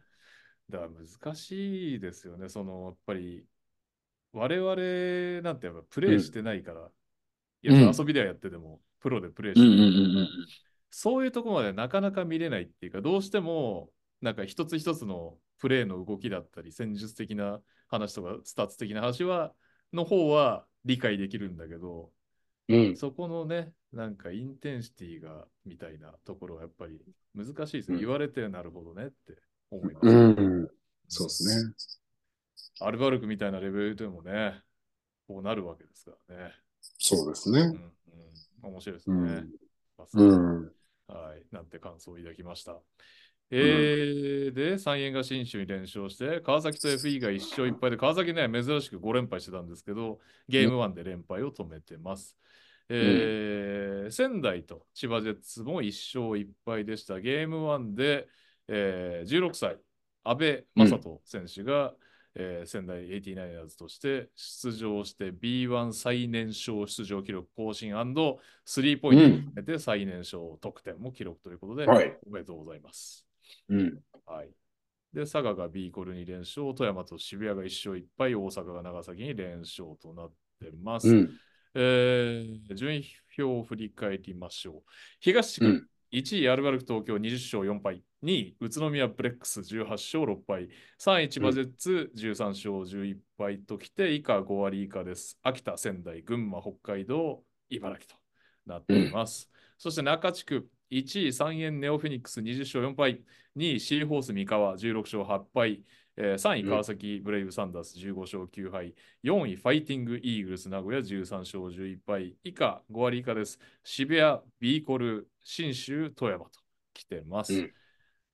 Speaker 1: だから難しいですよね。その、やっぱり、我々なんてやっぱプレイしてないから、
Speaker 2: うん
Speaker 1: いや遊びではやってても、プロでプレイしてないから、そういうとこまでなかなか見れないっていうか、どうしても、なんか一つ一つのプレーの動きだったり、戦術的な話とか、スタッツ的な話は、の方は理解できるんだけど、
Speaker 2: うんうん。
Speaker 1: そこのね、なんかインテンシティが、みたいなところはやっぱり難しいですね。
Speaker 2: うん
Speaker 1: 言われてなるほどねって思います。
Speaker 2: うん。うん。そうですね。
Speaker 1: アルバルクみたいなレベルでもね、こうなるわけですからね。
Speaker 2: そうです
Speaker 1: う
Speaker 2: ね
Speaker 1: ん。うん、面白いです
Speaker 2: う
Speaker 1: ね。
Speaker 2: ん。
Speaker 1: バスケ
Speaker 2: うん。
Speaker 1: はい、なんて感想を抱きました。えー、で、三円が新州に連勝して、川崎と F 以外1勝1敗で、川崎ね、珍しく5連敗してたんですけど、ゲーム1で連敗を止めてます。えー仙台と千葉ジェッツも1勝1敗でした。ゲーム1で、えー16歳、阿部正人選手が、えー仙台 89ers として出場して B1 最年少出場記録更新スリーポイントを含めて最年少得点も記録ということで、
Speaker 2: はい
Speaker 1: おめでとうございます。
Speaker 2: うん。
Speaker 1: はい。で、佐賀が B コルに連勝、富山と渋谷が1勝1敗、大阪が長崎に連勝となってます。
Speaker 2: うん。
Speaker 1: えー順位表を振り返りましょう。東地区、
Speaker 2: うん
Speaker 1: 1位アルバルク東京20勝4敗、2位宇都宮ブレックス18勝6敗、3位千葉ジェッツ13勝11敗ときて、以下5割以下です。秋田、仙台、群馬、北海道、茨城となっています。そして中地区、1位三円ネオフェニックス20勝4敗、2位シーホース三河16勝8敗、えー3位川崎ブレイブサンダース15勝9敗、4位、ファイティングイーグルス名古屋13勝11敗以下、5割以下です。渋谷、ビーコル、信州、富山と来てます。
Speaker 2: うん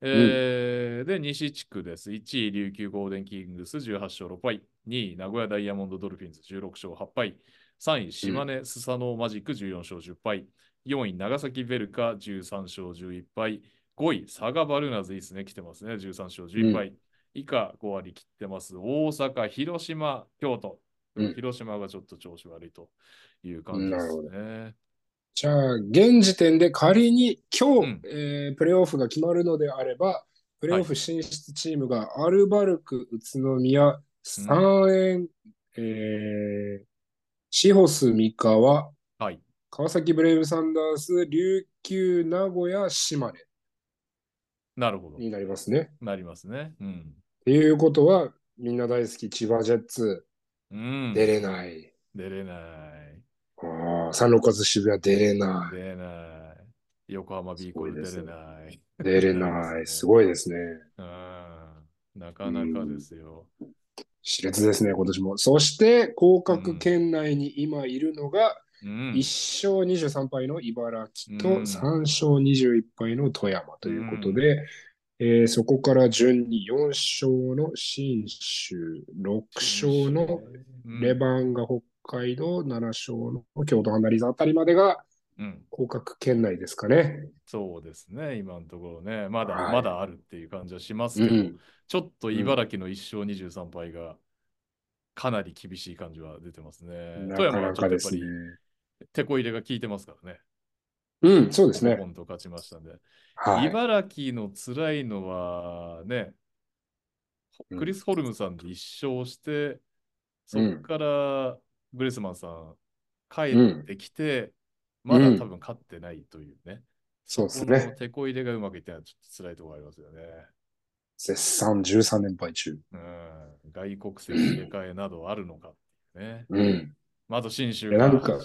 Speaker 1: えーで、西地区です。1位、琉球ゴールデンキングス18勝6敗、2位、名古屋ダイヤモンドドルフィンズ16勝8敗、3位、島根スサノーマジック14勝10敗、4位、長崎ベルカ13勝11敗、5位、佐賀バルーナーズいいですね、来てますね、13勝11敗。以下5割切ってます。大阪、広島、京都。
Speaker 2: うん
Speaker 1: 広島がちょっと調子悪いという感じですね。
Speaker 2: じゃあ、現時点で仮に今日、
Speaker 1: うん
Speaker 2: えープレーオフが決まるのであれば、プレーオフ進出チームがアルバルク、宇都宮、三円、えーシーホース、三河、
Speaker 1: はい。
Speaker 2: 川崎ブレイブサンダース、琉球、名古屋、島根
Speaker 1: なるほど。
Speaker 2: になりますね。
Speaker 1: なりますね。うん。
Speaker 2: っていうことは、みんな大好き、千葉ジェッツ、
Speaker 1: うん。
Speaker 2: 出れない。
Speaker 1: 出れない。
Speaker 2: あーサンロッカーズ渋谷出れな
Speaker 1: 出れない。横浜ビーコル出れない。
Speaker 2: い。出れない。すごいですね。
Speaker 1: うん。なかなかですよ。
Speaker 2: 熾烈ですね、今年も。そして、降格圏内に今いるのが、
Speaker 1: うん。
Speaker 2: 1勝23敗の茨城と、
Speaker 1: うん
Speaker 2: 3勝21敗の富山ということで、えーそこから順に4勝の信州、6勝のレバンガ北海道、7勝の京都ハンダリーズあたりまでが
Speaker 1: うん。うん。
Speaker 2: 降格圏内ですかね。
Speaker 1: そうですね。今のところね。まだ、
Speaker 2: はい
Speaker 1: まだあるっていう感じはします
Speaker 2: う
Speaker 1: けど、
Speaker 2: ん、
Speaker 1: ちょっと茨城の1勝23敗がかなり厳しい感じは出てますね。富
Speaker 2: なか
Speaker 1: 山は
Speaker 2: な
Speaker 1: ちょ
Speaker 2: か
Speaker 1: っとや
Speaker 2: で
Speaker 1: っぱ
Speaker 2: すね
Speaker 1: り。手こ入れが効いてますからね。
Speaker 2: うん、そうですね。
Speaker 1: 本と勝ちましたんで。
Speaker 2: はい。
Speaker 1: 茨城の辛いのはね、
Speaker 2: うん
Speaker 1: クリス・ホルムさんで1勝して、そこからグレスマンさん帰ってきて、
Speaker 2: うん
Speaker 1: まだ多分勝ってないというね。
Speaker 2: そうです
Speaker 1: この
Speaker 2: ね。
Speaker 1: 手こ入れがうまくいってないのはちょっと辛いところありますよね。
Speaker 2: 絶賛13連敗中。
Speaker 1: うん。外国籍入れ替えなどあるのかっていうね。
Speaker 2: うん。
Speaker 1: まあ、あと信州
Speaker 2: いやなんか、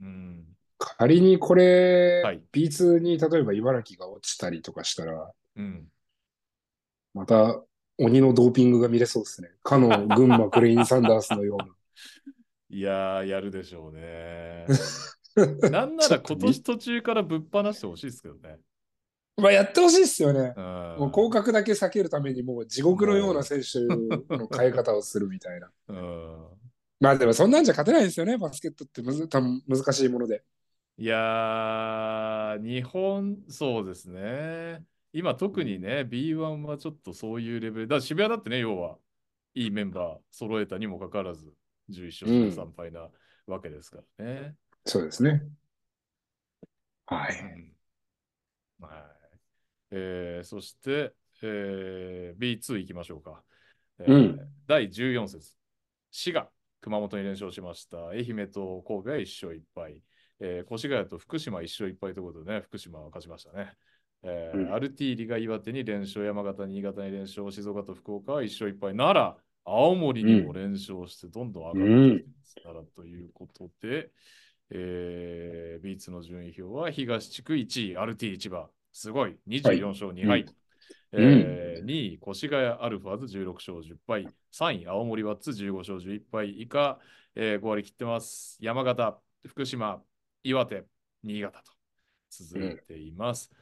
Speaker 1: うん。
Speaker 2: 仮にこれ、
Speaker 1: はい
Speaker 2: B2 に例えば茨城が落ちたりとかしたら、
Speaker 1: うん。
Speaker 2: また鬼のドーピングが見れそうですね。かの群馬クレインサンダースのよ うな。
Speaker 1: いやー、やるでしょう ね。なんなら今年途中からぶっ放してほしいですけどね。
Speaker 2: まあやってほしいですよね。
Speaker 1: うん。
Speaker 2: もう降格だけ避けるためにもう地獄のような選手の変え方をするみたいな。
Speaker 1: うん。
Speaker 2: まあでもそんなんじゃ勝てないですよね、バスケットってむず多分難しいもので。
Speaker 1: いやー、日本、そうですね。今特にね、B1 はちょっとそういうレベル。だから渋谷だってね、要は、いいメンバー揃えたにもかかわらず、11勝13敗なわけですからね。
Speaker 2: そうですね。は
Speaker 1: う
Speaker 2: い。
Speaker 1: んはい。えーそして、えー B2 行きましょうか。え
Speaker 2: う
Speaker 1: ー
Speaker 2: ん
Speaker 1: 第14節。滋賀、熊本に連勝しました。愛媛と神戸が1勝1敗。えー越谷と福島1勝1敗ということでね、福島は勝ちましたね。えー
Speaker 2: うん
Speaker 1: アルティーリが岩手に連勝、山形、新潟に連勝、静岡と福岡は1勝1敗。奈良、青森にも連勝して、どんどん上がってきてますからということで、えー、ビーツの順位表は東地区1位、アルティー千葉。すごい、24勝2敗。
Speaker 2: はいうん
Speaker 1: えー2位、越谷アルファーズ16勝10敗。3位、青森ワッツ15勝11敗。以下、えー5割切ってます。山形、福島、岩手、新潟と続いています。え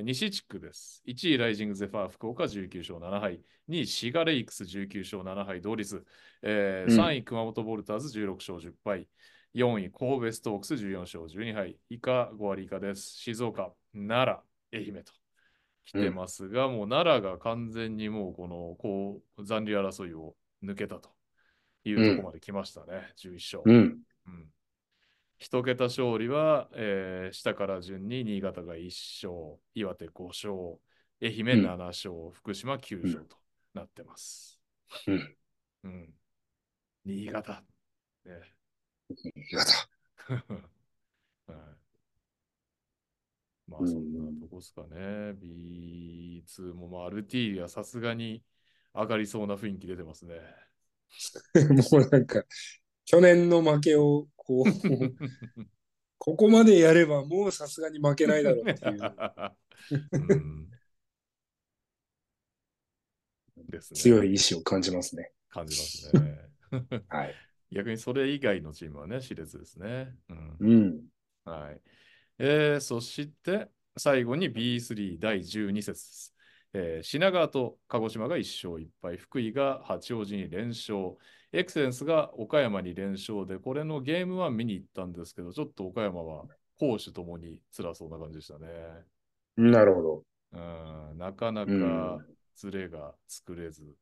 Speaker 1: ー西地区です。1位、ライジングゼファー福岡19勝7敗。2位、シガレイクス19勝7敗、同率。えー
Speaker 2: うん
Speaker 1: 3位、熊本ボルターズ16勝10敗。4位、神戸ストークス14勝12敗。以下、5割以下です。静岡、奈良、愛媛と来てますが、もう奈良が完全にもうこのこう残留争いを抜けたというところまで来ましたね。11勝。
Speaker 2: うん。
Speaker 1: うん一桁勝利は、えー下から順に新潟が1勝、岩手5勝、愛媛7勝、福島9勝となってます。
Speaker 2: うん
Speaker 1: うん新潟。ね
Speaker 2: 新潟。
Speaker 1: はいまあ、そんなとこですかね。B2 も、まあ、アルティーリはさすがに上がりそうな雰囲気出てますね。
Speaker 2: もうなんか、去年の負けを、こう、 ここまでやればもうさすがに負けないだろうっていう、
Speaker 1: うんですね。
Speaker 2: 強い意志を感じますね。
Speaker 1: 感じますね。
Speaker 2: はい。
Speaker 1: 逆にそれ以外のチームはね、熾烈ですね。うん
Speaker 2: うん。
Speaker 1: はい。えーそして、最後に B3 第12節です。えー品川と鹿児島が1勝1敗、福井が八王子に連勝、エクセレンスが岡山に連勝で、これのゲームは見に行ったんですけど、ちょっと岡山は攻守ともに辛そうな感じでしたね。
Speaker 2: なるほど。
Speaker 1: うん、なかな
Speaker 2: う
Speaker 1: か
Speaker 2: ん
Speaker 1: ズレが作れず、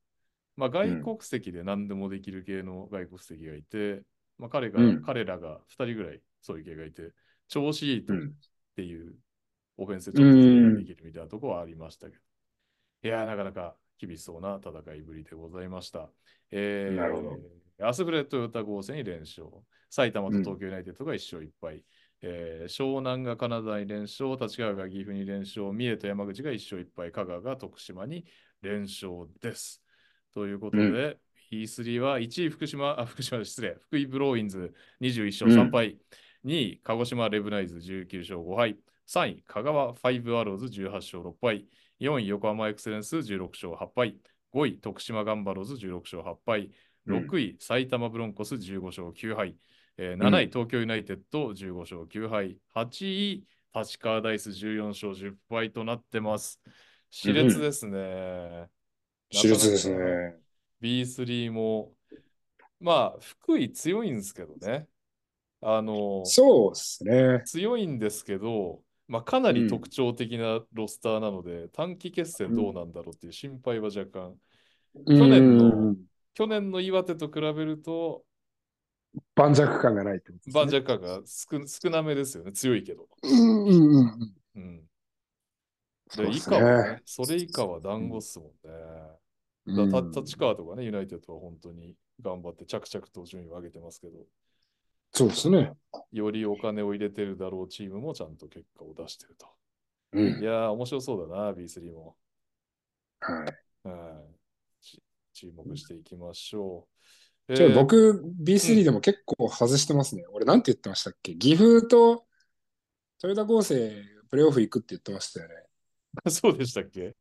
Speaker 1: まあ、外国籍で何でもできる系の外国籍がいて、まあ、彼が、
Speaker 2: うん
Speaker 1: 彼らが2人ぐらいそういう系がいて、調子いいと
Speaker 2: うん
Speaker 1: っていうオフェンスでちょっと制限できるみたいなところはありましたけど、いやー、なかなか厳しそうな戦いぶりでございました。えー、
Speaker 2: なるほど
Speaker 1: アスフレットヨタ合戦に連勝、埼玉と東京ユナイテッドが1勝1敗、えー湘南がカナダに連勝、立川が岐阜に連勝、三重と山口が1勝1敗、香川が徳島に連勝です。ということで、
Speaker 2: うん
Speaker 1: E3 は1位福島、あ、福島失礼、福井ブローインズ21勝3敗、2位鹿児島レブナイズ19勝5敗、3位香川ファイブアローズ18勝6敗、4位横浜エクセレンス16勝8敗、5位徳島ガンバローズ16勝8敗、
Speaker 2: うん
Speaker 1: 6位埼玉ブロンコス15勝9敗、えー
Speaker 2: うん
Speaker 1: 7位東京ユナイテッド15勝9敗、8位立川ダイス14勝10敗となってます。熾烈ですね。
Speaker 2: 手術ですね。
Speaker 1: B3 も、まあ、福井強いんですけどね。あの、
Speaker 2: そうですね。
Speaker 1: 強いんですけど、まあ、かなり特徴的なロスターなので、短期決戦どうなんだろうっていう心配は若干、
Speaker 2: 去
Speaker 1: 年の去年の岩手と比べると、
Speaker 2: 盤石感がないってことです、ね。
Speaker 1: バンジャカが少少なめですよね、強いけど。
Speaker 2: うんうんうんうん。
Speaker 1: うん、
Speaker 2: そ
Speaker 1: で
Speaker 2: うで
Speaker 1: 以
Speaker 2: す
Speaker 1: 下
Speaker 2: ね。
Speaker 1: はね、それ以下は団子っすもんね。だから
Speaker 2: うん
Speaker 1: た立川とかね、ユナイテッドは本当に頑張って着々と順位を上げてますけど、
Speaker 2: そうですね。
Speaker 1: よりお金を入れてるだろうチームもちゃんと結果を出してると。
Speaker 2: う
Speaker 1: い
Speaker 2: ん。
Speaker 1: やー、面白そうだな、B3 も。
Speaker 2: はい。
Speaker 1: はいち注目していきましょう。
Speaker 2: ちょっと
Speaker 1: えー
Speaker 2: 僕、B3 でも結構外してますね。俺、なんて言ってましたっけ岐阜とトヨタ合成、プレイオフ行くって言ってましたよね。
Speaker 1: そうでしたっけ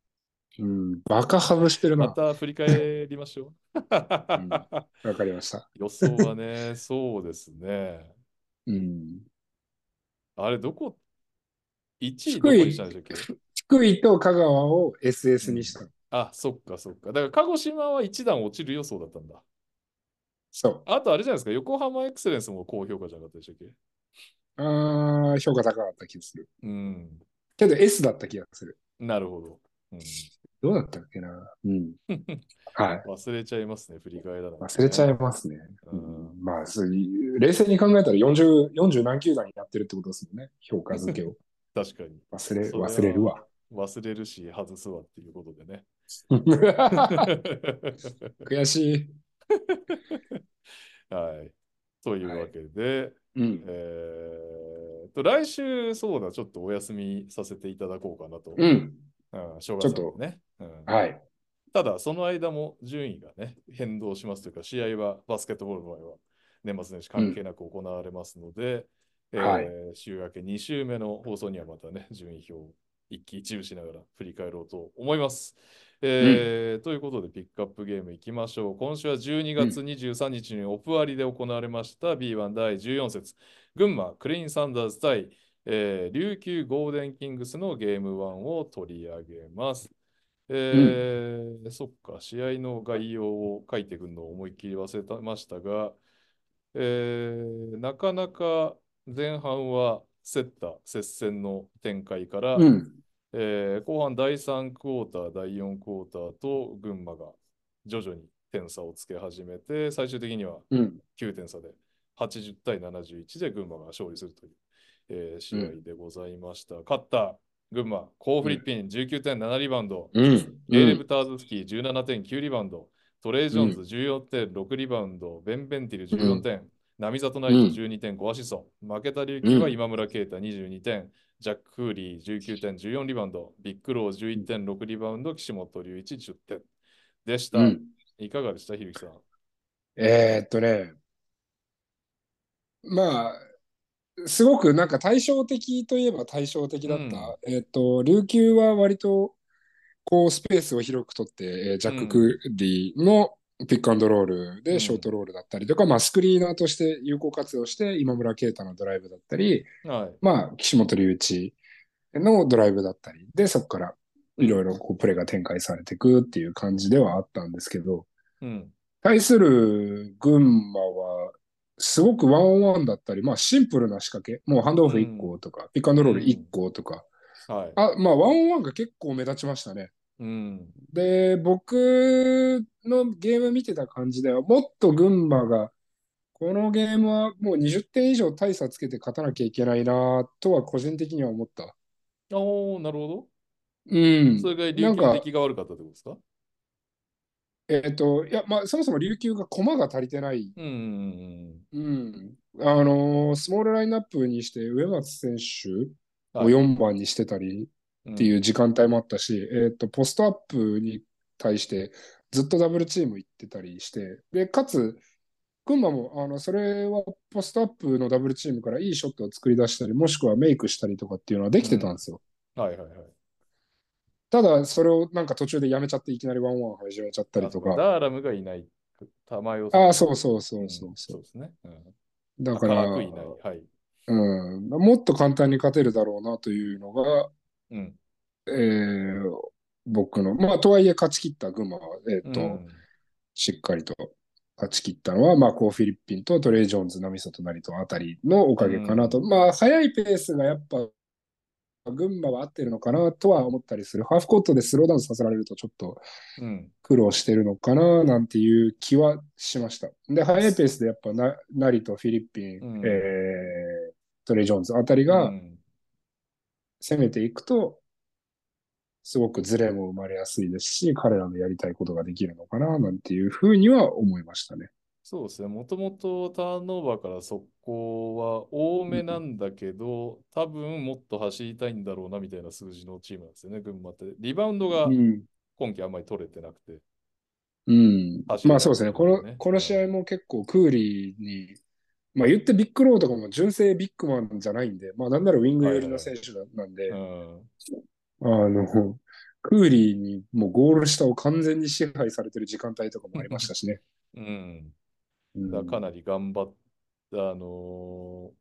Speaker 2: うん。バカ外してる
Speaker 1: ま
Speaker 2: な。
Speaker 1: た振り返りましょう。
Speaker 2: んわかりました。
Speaker 1: 予想はね、そうですね。
Speaker 2: うん。
Speaker 1: あれ、どこ ?1 位ど
Speaker 2: 低
Speaker 1: こ
Speaker 2: い
Speaker 1: にしたんでしたっけ
Speaker 2: 福井と香川を SS にしたの。
Speaker 1: あ、そっかそっか。だから鹿児島は1段落ちる予想だったんだ。
Speaker 2: そ
Speaker 1: あとあれじゃないですか、横浜エクセレンスも高評価じゃなかったでしたっけ
Speaker 2: う。あー評価高かった気がする。
Speaker 1: うん、
Speaker 2: けど S だった気がする。
Speaker 1: なるほど、うん。
Speaker 2: どうだったっけな。うん。はい。
Speaker 1: 忘れちゃいますね、振り返らない、
Speaker 2: 忘れちゃいますね。
Speaker 1: う。
Speaker 2: うんん、まあ、そういう冷静に考えたら40、40何球団やってるってことですもんね。評価付けを。
Speaker 1: 確かに。
Speaker 2: 忘れ、
Speaker 1: それは
Speaker 2: 忘れるわ。
Speaker 1: 忘れるし、外すわっていうことで ね。
Speaker 2: 悔しい。
Speaker 1: はい。というわけで、
Speaker 2: うん。
Speaker 1: えー、と、来週、そうだ、ちょっとお休みさせていただこうかなと。
Speaker 2: うん。
Speaker 1: うん、正月なんでね。うん
Speaker 2: はい。
Speaker 1: ただ、その間も順位がね、変動しますというか、試合はバスケットボールの場合は年末年始関係なく行われますので、えー
Speaker 2: はい
Speaker 1: 週明け2週目の放送にはまたね、順位表を一喜一憂しながら振り返ろうと思います。えーということで、ピックアップゲームいきましょう。今週は12月23日にオプアリで行われました B1 第14節、群馬クレインサンダーズ対、えー琉球ゴールデンキングスのゲーム1を取り上げます。えーそっか、試合の概要を書いてくるのを思いっきり忘れてましたが、えーなかなか前半は競った接戦の展開から、
Speaker 2: うん。
Speaker 1: えー後半第3クォーター、第4クォーターと群馬が徐々に点差をつけ始めて、最終的には
Speaker 2: うん。
Speaker 1: 9点差で80対71で群馬が勝利するという、えー試合でございました。勝った群馬、コー・フリッピン19.7リバウンド、
Speaker 2: うん。
Speaker 1: ゲイレブ・ターズスキー17.9リバウンド、トレイ・ジョーンズ14.6リバウンド、ベン・ベンティル14点、ナミザトナイト12.5アシスト、負けた琉球は今村啓太22点、ジャック・フーリー19.14リバウンド、ビッグロー11.6リバウンド、岸本龍一10点でした。
Speaker 2: うん
Speaker 1: いかがでした、ひるきさん。
Speaker 2: えーっとね、まあ、すごくなんか対照的といえば対照的だった。
Speaker 1: うん
Speaker 2: えーっと、琉球は割とこうスペースを広く取って、えージャック・クーディのピックアンドロール
Speaker 1: う
Speaker 2: で
Speaker 1: ん
Speaker 2: ショートロールだったりとか、まあ、スクリーナーとして有効活用して今村啓太のドライブだったり、
Speaker 1: はい。
Speaker 2: まあ、岸本隆一のドライブだったりでそこからいろいろこうプレーが展開されていくっていう感じではあったんですけど、
Speaker 1: うん。
Speaker 2: 対する群馬は、すごくワンオンワンだったり、まあシンプルな仕掛け、もうハンドオフ1個とか、ピックアンドロール1個とか、
Speaker 1: はい。
Speaker 2: あ、まあワンオンワンが結構目立ちましたね。
Speaker 1: うん。
Speaker 2: で、僕のゲーム見てた感じでは、もっと群馬が、このゲームはもう20点以上大差つけて勝たなきゃいけないなとは個人的には思った。
Speaker 1: おー、なるほ
Speaker 2: う
Speaker 1: ど。
Speaker 2: ん
Speaker 1: そ。れが
Speaker 2: な
Speaker 1: 琉
Speaker 2: ん
Speaker 1: 球
Speaker 2: か
Speaker 1: 的が悪かったってことですか
Speaker 2: えっと、いや、まあそもそも琉球が駒が足りてない
Speaker 1: うんうん
Speaker 2: うん、あのースモールラインナップにして、植松選手
Speaker 1: うん。
Speaker 2: を
Speaker 1: っ
Speaker 2: 4番にしてたりっていう時間帯もあったし、えーっと、ポストアップに対してずっとダブルチーム行ってたりして、で、かつ、群馬も、あの、それはポストアップのダブルチームからいいショットを作り出したり、もしくはメイクしたりとかっていうのはできてたんですよ。
Speaker 1: はいはいはい。
Speaker 2: ただ、それをなんか途中でやめちゃって、いきなりワンワン始めちゃったりと
Speaker 1: あ
Speaker 2: か。
Speaker 1: ダーラムがいない。玉井を。
Speaker 2: ああ、そうそうそ
Speaker 1: うん
Speaker 2: うそうそう。
Speaker 1: ですね。うん
Speaker 2: だから、
Speaker 1: 辛くいない。はい。
Speaker 2: うん、もっと簡単に勝てるだろうなというのが、
Speaker 1: うん。
Speaker 2: えー僕の、まあ、とはいえ勝ち切った群馬は、えーっと、
Speaker 1: うん
Speaker 2: しっかりと勝ち切ったのは、まあ、コー・フィリッピンとトレイ・ジョーンズ、ナミソとナリトあたりのおかげかなと。まあ、速いペースがやっぱ、群馬は合ってるのかなとは思ったりする。ハーフコートでスローダウンさせられるとちょっと
Speaker 1: うん。
Speaker 2: 苦労してるのかななんていう気はしました。で、速いペースでやっぱな、ナリとフィリッピン、
Speaker 1: うん
Speaker 2: えートレイ・ジョーンズあたりが、
Speaker 1: うん
Speaker 2: 攻めていくと、すごくズレも生まれやすいですし、彼らのやりたいことができるのかな、なんていうふうには思いましたね。
Speaker 1: そうですね。もともとターンオーバーから速攻は多めなんだけど、多分もっと走りたいんだろうなみたいな数字のチームなんですよね、群馬って。リバウンドが
Speaker 2: うん。
Speaker 1: 今季あんまり取れてなくて。
Speaker 2: うん。
Speaker 1: 走り
Speaker 2: まあそうですね。こ
Speaker 1: だね
Speaker 2: の、この試合も結構クーリーに、まあ言ってビッグローとかも純正ビッグマンじゃないんで、まあなんならウィング寄りの選手なんで、
Speaker 1: うん。
Speaker 2: あの、クーリーにもうゴール下を完全に支配されてる時間帯とかもありましたしね。
Speaker 1: うん。
Speaker 2: うん
Speaker 1: だからかなり頑張った、あの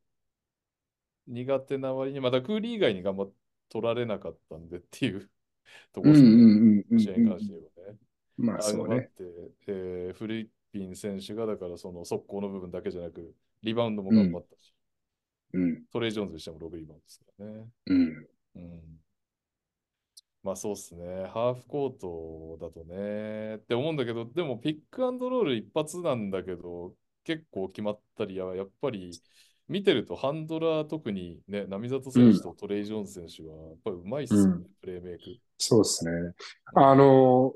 Speaker 1: ー苦手な割に、またクーリー以外に頑張っ取られなかったんでっていう とこ
Speaker 2: うん
Speaker 1: ろ
Speaker 2: う
Speaker 1: です
Speaker 2: ん
Speaker 1: ね、
Speaker 2: うんうん
Speaker 1: 試合に関して言えばね。
Speaker 2: うん。まあ
Speaker 1: あ
Speaker 2: そ
Speaker 1: の
Speaker 2: う
Speaker 1: だっ
Speaker 2: ね。
Speaker 1: て、えーフリッピン選手が、だからその速攻の部分だけじゃなく、リバウンドも頑張ったし、
Speaker 2: うん。
Speaker 1: トレイ・ジョーンズにしても6リバウンドですからね。
Speaker 2: うん。
Speaker 1: うんまあそうっすね。ハーフコートだとね。って思うんだけど、でもピックアンドロール一発なんだけど、結構決まったりや、やっぱり見てるとハンドラー特にね、並里選手とトレイ・ジョーンズ選手はやっぱりうまいっすよね、
Speaker 2: うん
Speaker 1: プレーメイク。
Speaker 2: そうですね。あの、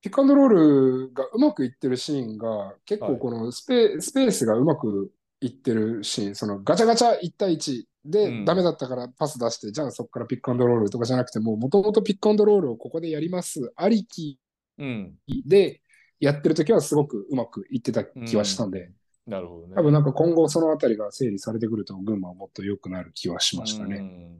Speaker 2: ピックアンドロールがうまくいってるシーンが、結
Speaker 1: は
Speaker 2: 構
Speaker 1: い
Speaker 2: このスペ、スペースがうまくいってるシーン、そのガチャガチャ1対1で、
Speaker 1: うん
Speaker 2: ダメだったからパス出して、じゃあそこからピックアンドロールとかじゃなくて、もうもともとピックアンドロールをここでやります、ありき
Speaker 1: うん、
Speaker 2: でやってる時はすごくうまくいってた気はしたんで、
Speaker 1: なるほどね。
Speaker 2: 多分なんか今後そのあたりが整理されてくると、群馬はもっと良くなる気はしました
Speaker 1: う
Speaker 2: ね。
Speaker 1: ん
Speaker 2: うん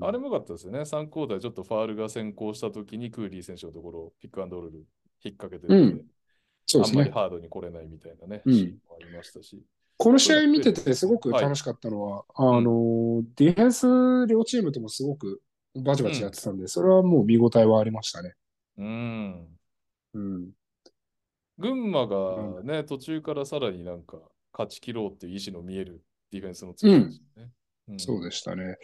Speaker 1: あれも良かったですよね。3クォーターちょっとファールが先行したときにクーリー選手のところをピックアンドロール引っ掛けてて、
Speaker 2: うんそうで
Speaker 1: あん
Speaker 2: す
Speaker 1: ま
Speaker 2: ね
Speaker 1: り。ハードに来れないみたいなね、
Speaker 2: うん
Speaker 1: シーンもありましたし。
Speaker 2: この試合見ててすごく楽しかったのは、あの、ディフェンス両チームともすごくバチバチやってたんで、それはもう見応えはありましたね。
Speaker 1: うん。
Speaker 2: うん。
Speaker 1: 群馬がね、途中からさらになんか勝ち切ろうっていう意思の見えるディフェンスの強さでしたね。うん
Speaker 2: そうでしたね。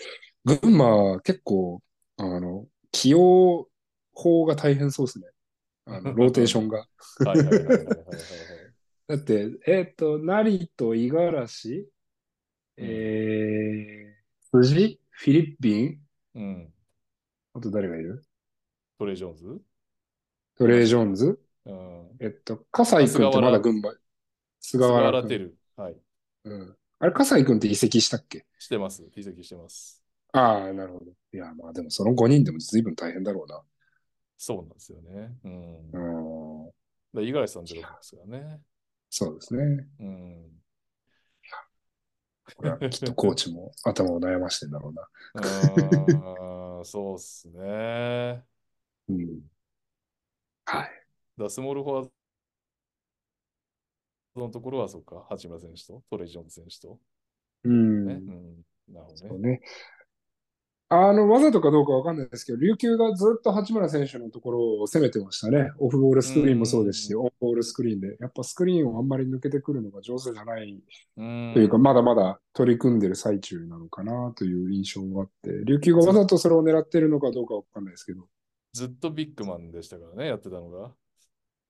Speaker 2: 群馬、結構、あの、起用法が大変そうですね。あ の、ローテーションが。
Speaker 1: はいはいはいはいはいはいはい。
Speaker 2: だって、えっ、と、成と五十嵐、えー、辻、フィリピン、
Speaker 1: うん。
Speaker 2: あと誰がいる
Speaker 1: トレイ・ジョーンズ
Speaker 2: トレイ・ジョーンズ、
Speaker 1: うん。
Speaker 2: えっと、笠井君ってまだ群馬、菅
Speaker 1: 菅
Speaker 2: 原
Speaker 1: 原
Speaker 2: 君。
Speaker 1: テル。はい。
Speaker 2: うん。あれ、笠井君って移籍したっけ
Speaker 1: してます。移籍してます。
Speaker 2: ああ、なるほど。いや、まあでもその5人でも随分大変だろう
Speaker 1: そうなんですよね。うん。
Speaker 2: な。うん。
Speaker 1: で五十嵐さんゼロですからね。
Speaker 2: そうですね。
Speaker 1: うん。
Speaker 2: これはきっとコーチも頭を悩ましてんだろうな。
Speaker 1: あー そうっすね。
Speaker 2: うん。はい。
Speaker 1: だスモールフォワードのところは、そうか、八村選手とトレジョン選手と、
Speaker 2: うん。
Speaker 1: ね。うん。なるほ
Speaker 2: そ
Speaker 1: ど
Speaker 2: う
Speaker 1: ね。
Speaker 2: ね。あの、わざとかどうかわかんないですけど、琉球がずっと八村選手のところを攻めてましたね。オフボールスクリーンもそうですし、
Speaker 1: う
Speaker 2: オンボールスクリーンで。やっぱスクリーンをあんまり抜けてくるのが上手じゃない
Speaker 1: うん
Speaker 2: というか、まだまだ取り組んでる最中なのかなという印象があって、琉球がわざとそれを狙ってるのかどうかわかんないですけど、
Speaker 1: ずっとビッグマンでしたからね、やってたのが。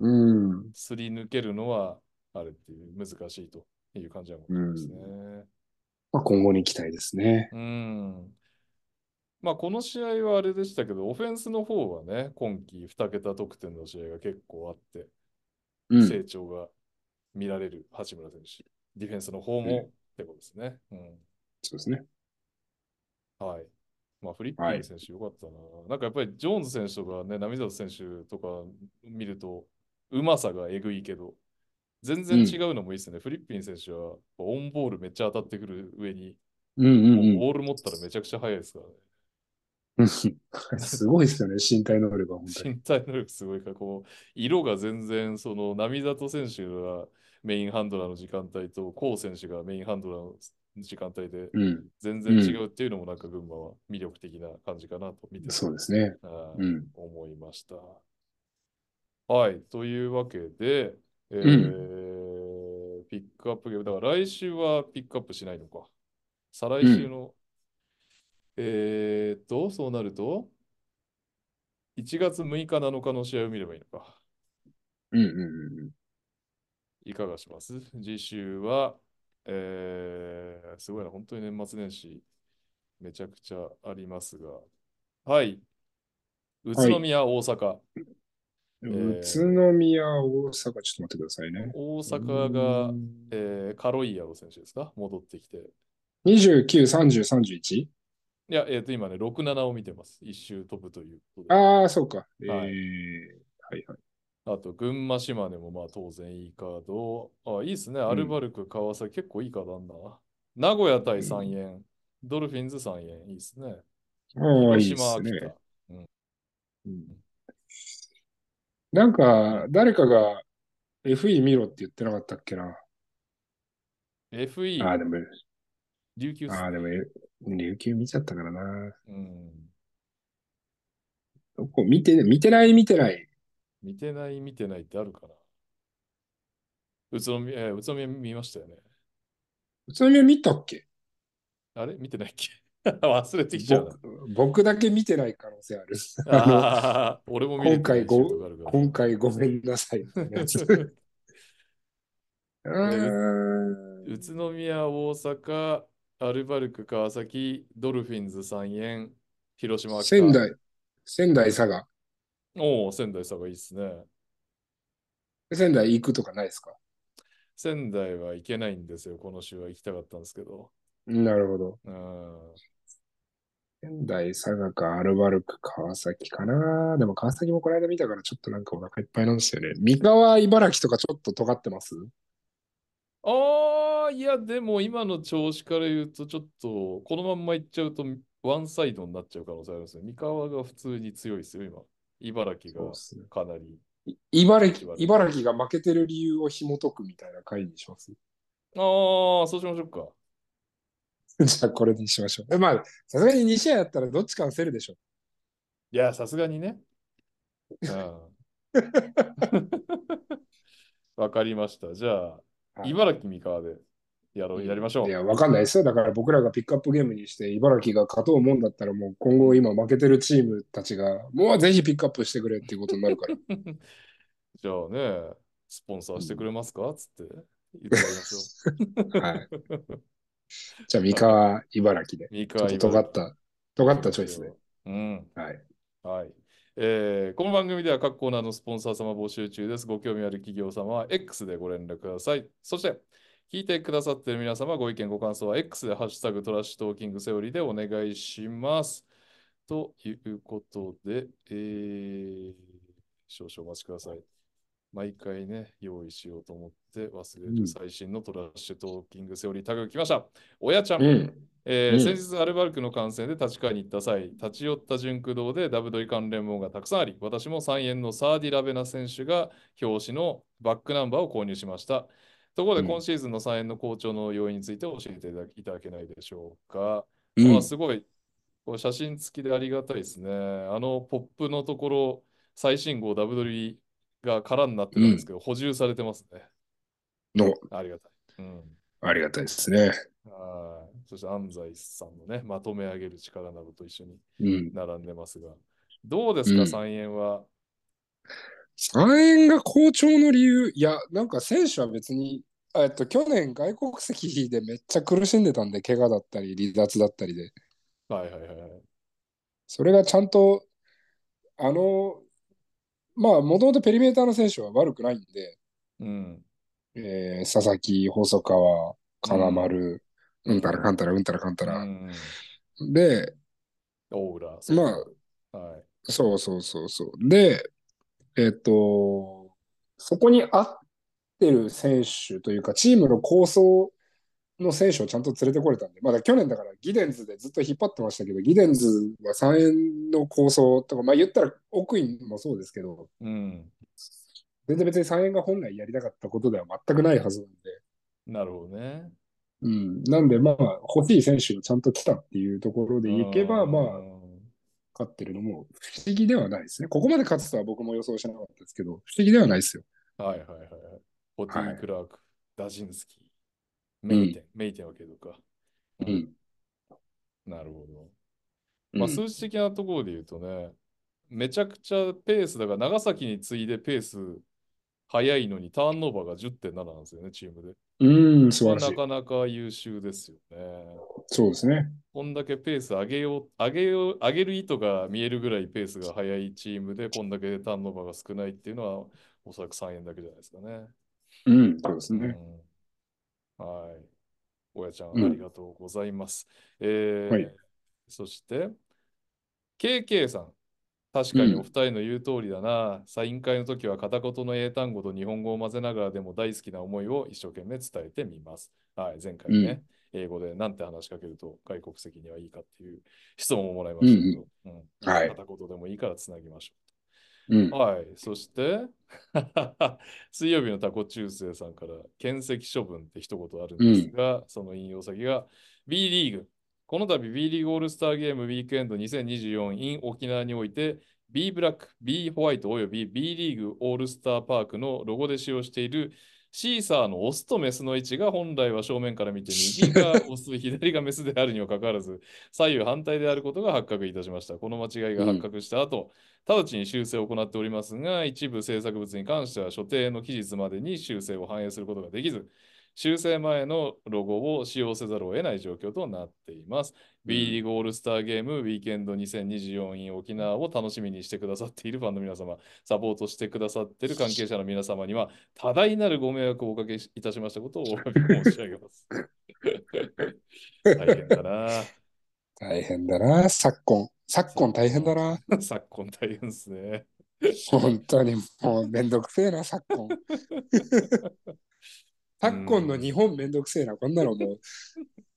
Speaker 2: うん、
Speaker 1: すり抜けるのは、あれっていう、難しいという感じはもんですね。
Speaker 2: まあ、今後に期待ですね。
Speaker 1: うん。まあ、この試合はあれでしたけど、オフェンスの方はね、今季2桁得点の試合が結構あって、
Speaker 2: うん、
Speaker 1: 成長が見られる八村選手、ディフェンスの方
Speaker 2: うん
Speaker 1: もってことですね。うん
Speaker 2: そうですね。
Speaker 1: はい。まあ、フリッピ
Speaker 2: は
Speaker 1: ー
Speaker 2: い
Speaker 1: 選手よかったな。なんかやっぱりジョーンズ選手とかね、並里選手とか見ると、うまさがえぐいけど、全然違うのもいいですね。フリッピン選手はオンボールめっちゃ当たってくる上に、
Speaker 2: うんうん
Speaker 1: ボール持ったらめちゃくちゃ速いですからね。
Speaker 2: うん。すごいですよね、身体能力は本当に。
Speaker 1: 身体能力すごいから、こう、色が全然、その、並里選手がメインハンドラーの時間帯と、コウ選手がメインハンドラーの時間帯で、
Speaker 2: うん、
Speaker 1: 全然違うっていうのも、なんか群馬は魅力的な感じかなと見てて、
Speaker 2: そうですね。
Speaker 1: はい
Speaker 2: うん、
Speaker 1: 思いました。はい、というわけで、えーピックアップゲーム、だから来週はピックアップしないのか。再来週の、えーっと、そうなると、1月6日7日の試合を見ればいいのか。
Speaker 2: うんうんうん。
Speaker 1: いかがします次週は、えー、すごいな、本当に年末年始、めちゃくちゃありますが、はい、宇都宮、大阪。えー
Speaker 2: 宇都宮、大阪、ちょっと待ってくださいね。
Speaker 1: 大阪が、
Speaker 2: うん
Speaker 1: えー、カロイヤロ選手ですか戻ってきて。
Speaker 2: 29、30、31?
Speaker 1: いや、えっ、と、今ね、6、7を見てます。一周飛ぶということで。
Speaker 2: ああ、そうか。えー
Speaker 1: は
Speaker 2: はいい、はいはい。
Speaker 1: あと、群馬、島根も、まあ、当然いいカード。あ、いいですね。アルバルク、川崎、結構いいカードあんな。名古屋対三円、ドルフィンズ三円、いいですね。
Speaker 2: ああ、いいで
Speaker 1: 島、
Speaker 2: す
Speaker 1: 秋
Speaker 2: ね。
Speaker 1: 田。
Speaker 2: うんなんか、誰かが FE 見ろって言ってなかったっけな。ああ、
Speaker 1: FE、
Speaker 2: でも、
Speaker 1: 琉球っす
Speaker 2: ああ、でも、琉球見ちゃったからな。
Speaker 1: うん。
Speaker 2: どこ見て、見てない、見てない。
Speaker 1: 見てない、見てないってあるかな。宇都宮、えー宇都宮見ましたよね。
Speaker 2: 宇都宮見たっけ
Speaker 1: あれ見てないっけ 忘れてきちゃうな。
Speaker 2: 僕僕だけ見てない可能性ある。
Speaker 1: ああ、俺も見れてない
Speaker 2: 今回ご
Speaker 1: 仕事があるから
Speaker 2: 今 回ごめんなさい。うーん。
Speaker 1: 宇都宮、大阪、アルバルク、川崎、ドルフィンズ、三円、広島、秋田
Speaker 2: 仙。台、仙台、佐賀。
Speaker 1: おお、仙台、佐賀いいっすね。
Speaker 2: 仙台行くとかないですか
Speaker 1: 仙台は行けないんですよ。この週は行きたかったんですけど。
Speaker 2: なるほど。
Speaker 1: うん。
Speaker 2: 仙台、佐賀か、アルバルク、川崎かな。でも川崎もこの間見たからちょっとなんかお腹いっぱいなんですよね。三河、茨城とかちょっと尖ってます
Speaker 1: ああ、いや、でも今の調子から言うと、ちょっと、このまんま行っちゃうと、ワンサイドになっちゃう可能性ありますね。三河が普通に強いですよ、今。茨城が
Speaker 2: すね。
Speaker 1: かなり。
Speaker 2: 茨城、茨城が負けてる理由を紐解くみたいな回にします。
Speaker 1: ああ、そうしましょうか。
Speaker 2: じゃあこれにしましょう。えまあ、さすがに2試合やったらどっちかのせるでしょ。
Speaker 1: いや、さすがにね。 うん。わかりました。じゃあ、
Speaker 2: はい
Speaker 1: 茨城三河でやろう、やりましょう。
Speaker 2: いや、わかんないですよ。だから僕らがピックアップゲームにして、茨城が勝とうもんだったら、もう今後今負けてるチームたちが、もうぜひピックアップしてくれっていうことになるから。
Speaker 1: じゃあね、スポンサーしてくれますかつって言ってあげましょう。
Speaker 2: はい。じゃあ、三河、茨城で。
Speaker 1: 三
Speaker 2: ちょ
Speaker 1: 河茨城
Speaker 2: っと尖った、尖ったチョイスで。。
Speaker 1: うん。
Speaker 2: はい。
Speaker 1: はい。えーこの番組では各コーナーのスポンサー様募集中です。ご興味ある企業様は X でご連絡ください。そして、聞いてくださっている皆様、ご意見、ご感想は X でハッシュタグトラッシュトーキングセオリーでお願いします。ということで、えー少々お待ちください。毎回ね、用意しようと思って忘れ
Speaker 2: うん
Speaker 1: る最新のトラッシュトーキングセオリータグ来ました。親ちゃん
Speaker 2: う。ん。
Speaker 1: えー
Speaker 2: うん
Speaker 1: 先日アルバルクの観戦で立ち会いに行った際、立ち寄った純駆動でダブドリ関連本がたくさんあり、私も3円のサーディ・ラベナ選手が表紙のバックナンバーを購入しました。ところ
Speaker 2: うん
Speaker 1: で今シーズンの3円の好調の要因について教えていただいただけないでしょうか。
Speaker 2: う
Speaker 1: まあ
Speaker 2: ん。
Speaker 1: すごい、こう写真付きでありがたいですね。あのポップのところ、最新号ダブドリが空になってたんですけど、補充されてますね。
Speaker 2: の、
Speaker 1: ありがたい。うん
Speaker 2: ありがたいですね。
Speaker 1: はい。そして安西さんのね、まとめ上げる力などと一緒に
Speaker 2: うん。
Speaker 1: 並んでますが、どうですか、
Speaker 2: うん
Speaker 1: 三円は。
Speaker 2: 3円が好調の理由、いや、なんか選手は別に、えっと、去年外国籍でめっちゃ苦しんでたんで、怪我だったり、離脱だったりで。
Speaker 1: はいはいはいはい。
Speaker 2: それがちゃんと、あの、まあ、もともとペリメーターの選手は悪くないんで、
Speaker 1: うん。
Speaker 2: えー佐々木、細川、金丸、うんたらかんたら、うんたらかんた
Speaker 1: う
Speaker 2: ら。
Speaker 1: ん
Speaker 2: で、
Speaker 1: 大浦。そう
Speaker 2: まあ、
Speaker 1: はい。
Speaker 2: そうそうそうそう。で、えっと、そこに合ってる選手というか、チームの構想の選手をちゃんと連れてこれたんで、まだ去年だからギデンズでずっと引っ張ってましたけど、ギデンズは3円の構想とか、まあ言ったら奥院もそうですけど、
Speaker 1: うん。
Speaker 2: 全然別に3円が本来やりたかったことでは全くないはずなんで、
Speaker 1: なるほどね。
Speaker 2: うん、なんでまあ欲しい選手にちゃんと来たっていうところでいけば、
Speaker 1: うん
Speaker 2: まあ勝ってるのも不思議ではないですね。ここまで勝つとは僕も予想しなかったですけど、不思議ではないですよ。
Speaker 1: はいはいはいはい。ホティ・
Speaker 2: はい
Speaker 1: クラーク、ダジンスキー、メイテン、メイテンはけどか。
Speaker 2: うん。
Speaker 1: なるほど。
Speaker 2: う
Speaker 1: まあ、
Speaker 2: ん
Speaker 1: 数値的なところで言うとね、めちゃくちゃペースだから、長崎に次いでペース早いのに、ターンオーバーが10.7なんですよね、チームで。
Speaker 2: うん、素晴らし。
Speaker 1: ないかなか優秀ですよね。
Speaker 2: そうですね。
Speaker 1: こんだけペース上げよう、上げよう、上げる意図が見えるぐらいペースが速いチームで、こんだけターンオーバーが少ないっていうのは、おそらく3円だけじゃないですかね。
Speaker 2: うん、そうですね。
Speaker 1: うん、はい。親ちゃん、
Speaker 2: うん
Speaker 1: ありがとうございます。えー
Speaker 2: はい
Speaker 1: そして、KK さん。確かにお二人の言う通りだな。サイン会の時は片言の英単語と日本語を混ぜながらでも大好きな思いを一生懸命伝えてみます。はい、前回ね、英語でなんて話しかけると外国籍にはいいかっていう質問をもらいましたけど、うん
Speaker 2: はい
Speaker 1: 片言でもいいからつなぎましょう。
Speaker 2: うん。
Speaker 1: はい、そして、 水曜日のタコ中世さんから、検責処分って一言あるんですが、その引用先が B リーグ。この度 B リーグオールスターゲームウィークエンド 2024in 沖縄において、B ブラック、B ホワイトおよび B リーグオールスターパークのロゴで使用しているシーサーのオスとメスの位置が本来は正面から見て右が オス、左がメスであるにもかかわらず、左右反対であることが発覚いたしました。この間違いが発覚した後、直ちに修正を行っておりますが、一部制作物に関しては所定の期日までに修正を反映することができず、修正前のロゴを使用せざるを得ない状況となっています。B リーグオールスターゲームウィーケンド 2024in 沖縄を楽しみにしてくださっているファンの皆様、サポートしてくださっている関係者の皆様には、多大なるご迷惑をおかけいたしましたことをお詫び申し上げます。大変だな。
Speaker 2: 大変だな、昨今。昨今大変だな。
Speaker 1: 昨今大変ですね。
Speaker 2: 本当にもうめんどくせえな、昨 今。昨今の日本めんどくせえな、こんなの もう。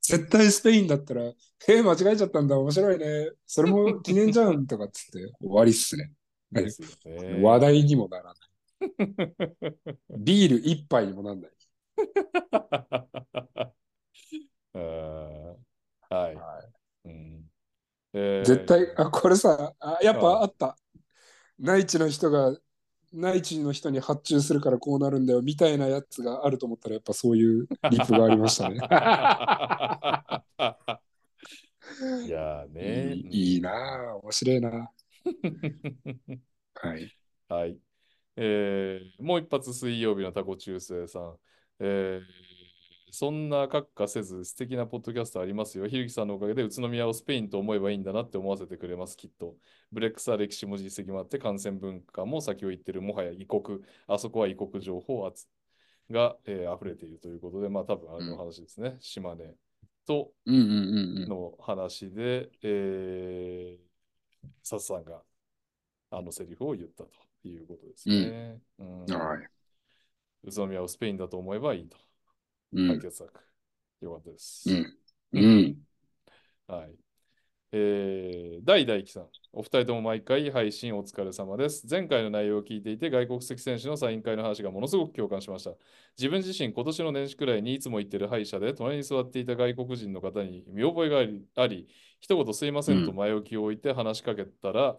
Speaker 2: 絶対スペインだったら、えー、間違えちゃったんだ、面白いね。それも記念じゃんとかっつって終わりっすね。
Speaker 1: ですよね
Speaker 2: 話題にもならない。ビール一杯にもなんない。
Speaker 1: うんはい。うんえー
Speaker 2: 絶対、あ、これさ、あやっ
Speaker 1: あ
Speaker 2: ぱあった。内地の人が、内地の人に発注するからこうなるんだよ、みたいなやつがあると思ったら、やっぱそういうリプがありましたね。
Speaker 1: いやーね。
Speaker 2: いいいいなあ面 白いな。はい。
Speaker 1: はい。えーもう一発水曜日のタコ中世さん。えーそんな閣下せず素敵なポッドキャストありますよ。ひるきさんのおかげで宇都宮をスペインと思えばいいんだなって思わせてくれます、きっと。ブレックスは歴史も実績もあって、感染文化も先を言ってる、もはや異国、あそこは異国情報あつが、えー溢れているということで、まあ多分あの話ですね。島根と
Speaker 2: うんうんうん
Speaker 1: の話で、えー、サツさんがあのセリフを言ったということですね。うん
Speaker 2: うん。はい。
Speaker 1: 宇都宮をスペインだと思えばいいと。
Speaker 2: うん
Speaker 1: 解。決策。よかったです。
Speaker 2: うん。うん。
Speaker 1: はい。えー、大大輝さん、お二人とも毎回配信お疲れ様です。前回の内容を聞いていて、外国籍選手のサイン会の話がものすごく共感しました。自分自身、今年の年始くらいにいつも行ってる歯医者で、隣に座っていた外国人の方に見覚えがあり、あり一言すいませんと前置きを置いて話しかけたら、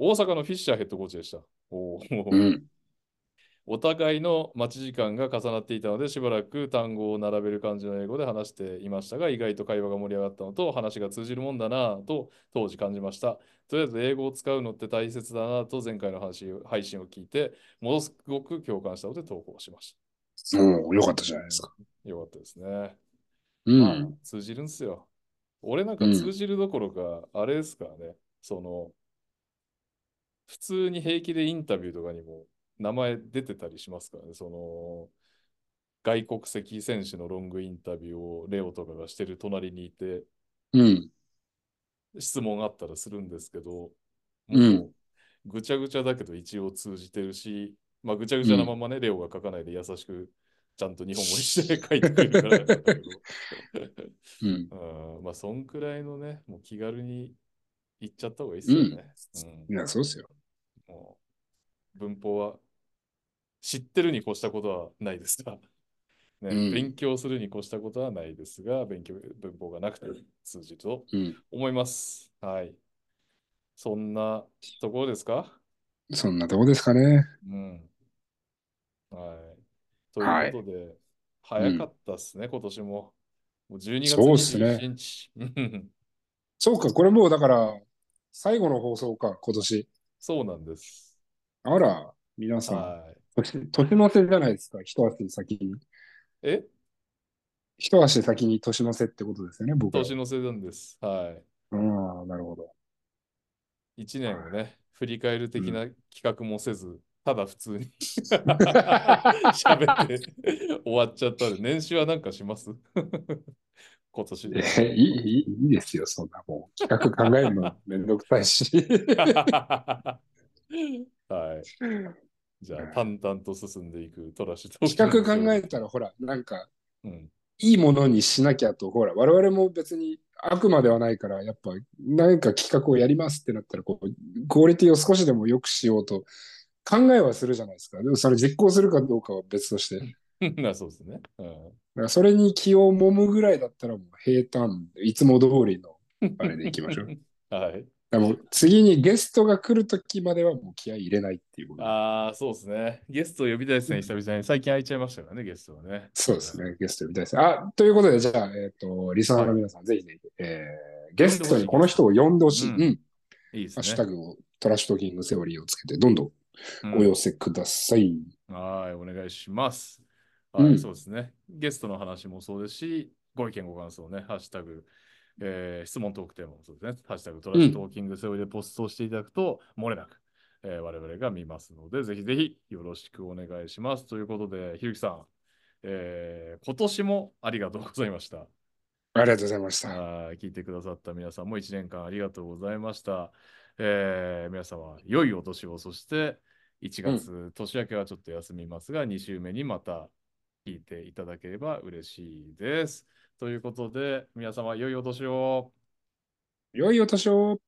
Speaker 1: 大阪のフィッシャーヘッドコーチでした。おー
Speaker 2: うん。
Speaker 1: お互いの待ち時間が重なっていたので、しばらく単語を並べる感じの英語で話していましたが、意外と会話が盛り上がったのと、話が通じるもんだなぁと当時感じました。とりあえず英語を使うのって大切だなぁと前回の話配信を聞いて、ものすごく共感したので投稿しまし
Speaker 2: もうよかったじゃないですか。
Speaker 1: た。よかったですね。
Speaker 2: う
Speaker 1: まあ
Speaker 2: ん。
Speaker 1: 通じるんすよ。俺なんか通じるどころか、あれですからね、その、普通に平気でインタビューとかにも名前出てたりしますからね、その、外国籍選手のロングインタビューをレオとかがしてる隣にいて、
Speaker 2: うん。
Speaker 1: 質問あったらするんですけど、
Speaker 2: うん
Speaker 1: もうぐちゃぐちゃだけど一応通じてるし、まあ、ぐちゃぐちゃなままね、レオが書かないで優しく、ちゃんと日本語にして書いてくれるからよかったけど。
Speaker 2: うん。
Speaker 1: うんまあ、そんくらいのね、もう気軽に行っちゃった方がいいですよね。うん
Speaker 2: いや、そうっすよ。
Speaker 1: もう文法は知ってるに越したことはないですが、 ね
Speaker 2: うん
Speaker 1: 勉強するに越したことはないですが、勉強文法がなくて通じると
Speaker 2: うん。
Speaker 1: 思います。はい。そんなところですか
Speaker 2: そんなとこですかね。
Speaker 1: うん。はい。と
Speaker 2: はいいう
Speaker 1: ことで、早かったですね、今年も。もう12月
Speaker 2: そうっすね
Speaker 1: 21日。うん
Speaker 2: そうか、これもうだから、最後の放送か、今年。
Speaker 1: そうなんです。
Speaker 2: あら、皆さん、
Speaker 1: はい。
Speaker 2: 年年の瀬じゃないですか、一足先に。
Speaker 1: え
Speaker 2: 一足先に年の瀬ってことですよね、僕は。
Speaker 1: 年のせなんです。は
Speaker 2: うん、なるほど。
Speaker 1: い。1年をね、振り返る的な企画もせず、ただ普通に 喋って終わっちゃったんで、年始はなんかします 今年で。
Speaker 2: え いい、いいいいですよ、そんなもう。企画考えるのめんどくさ いし。
Speaker 1: はい。じゃあ、淡々と進んでいくトラッシュトーク
Speaker 2: 企画考えたら、ほら、なんか、
Speaker 1: うん、
Speaker 2: いいものにしなきゃと、ほら、我々も別に悪魔ではないから、やっぱ、なんか企画をやりますってなったら、こう、クオリティを少しでも良くしようと考えはするじゃないですか。でもそれ実行するかどうかは別として。だか
Speaker 1: あそうですね。うん
Speaker 2: らそれに気を揉むぐらいだったら、もう平坦、いつも通りの、あれでいきましょう。
Speaker 1: はい。
Speaker 2: でも次にゲストが来るときまではもう気合い入れないっていうこと。
Speaker 1: ああ、そうですね。ゲストを呼びたいですね、久々に。最近空いちゃいましたからね、ゲストはね。
Speaker 2: そうですね、ゲスト呼びたいです。あ、ということで、じゃあ、えっ、と、リスナーの皆さん、ぜひぜひ、えーゲストにこの人を呼んでほしい。
Speaker 1: う
Speaker 2: うんん。
Speaker 1: いいですね。
Speaker 2: ハッシュタグを、トラッシュトーキングセオリーをつけて、どんどん
Speaker 1: うん
Speaker 2: お寄せください。
Speaker 1: はい、お願いします。はい、
Speaker 2: うん
Speaker 1: そうですね。ゲストの話もそうですし、ご意見ご感想ね、ハッシュタグ、えー質問トークテーマもそうですね。ハッシュタグトラッシュトーキングセオリーでポストしていただくと、漏れなく、えー我々が見ますので、ぜひぜひよろしくお願いします。ということで、ひるきさん、えー今年もありがとうございました。
Speaker 2: ありがとうございました。
Speaker 1: はい聞いてくださった皆さんも1年間ありがとうございました。えー皆様、良いお年を、そして1月、年明けはちょっと休みますが、2週目にまた聞いていただければ嬉しいです。ということで、皆様、良いお年を。
Speaker 2: 良いお年を。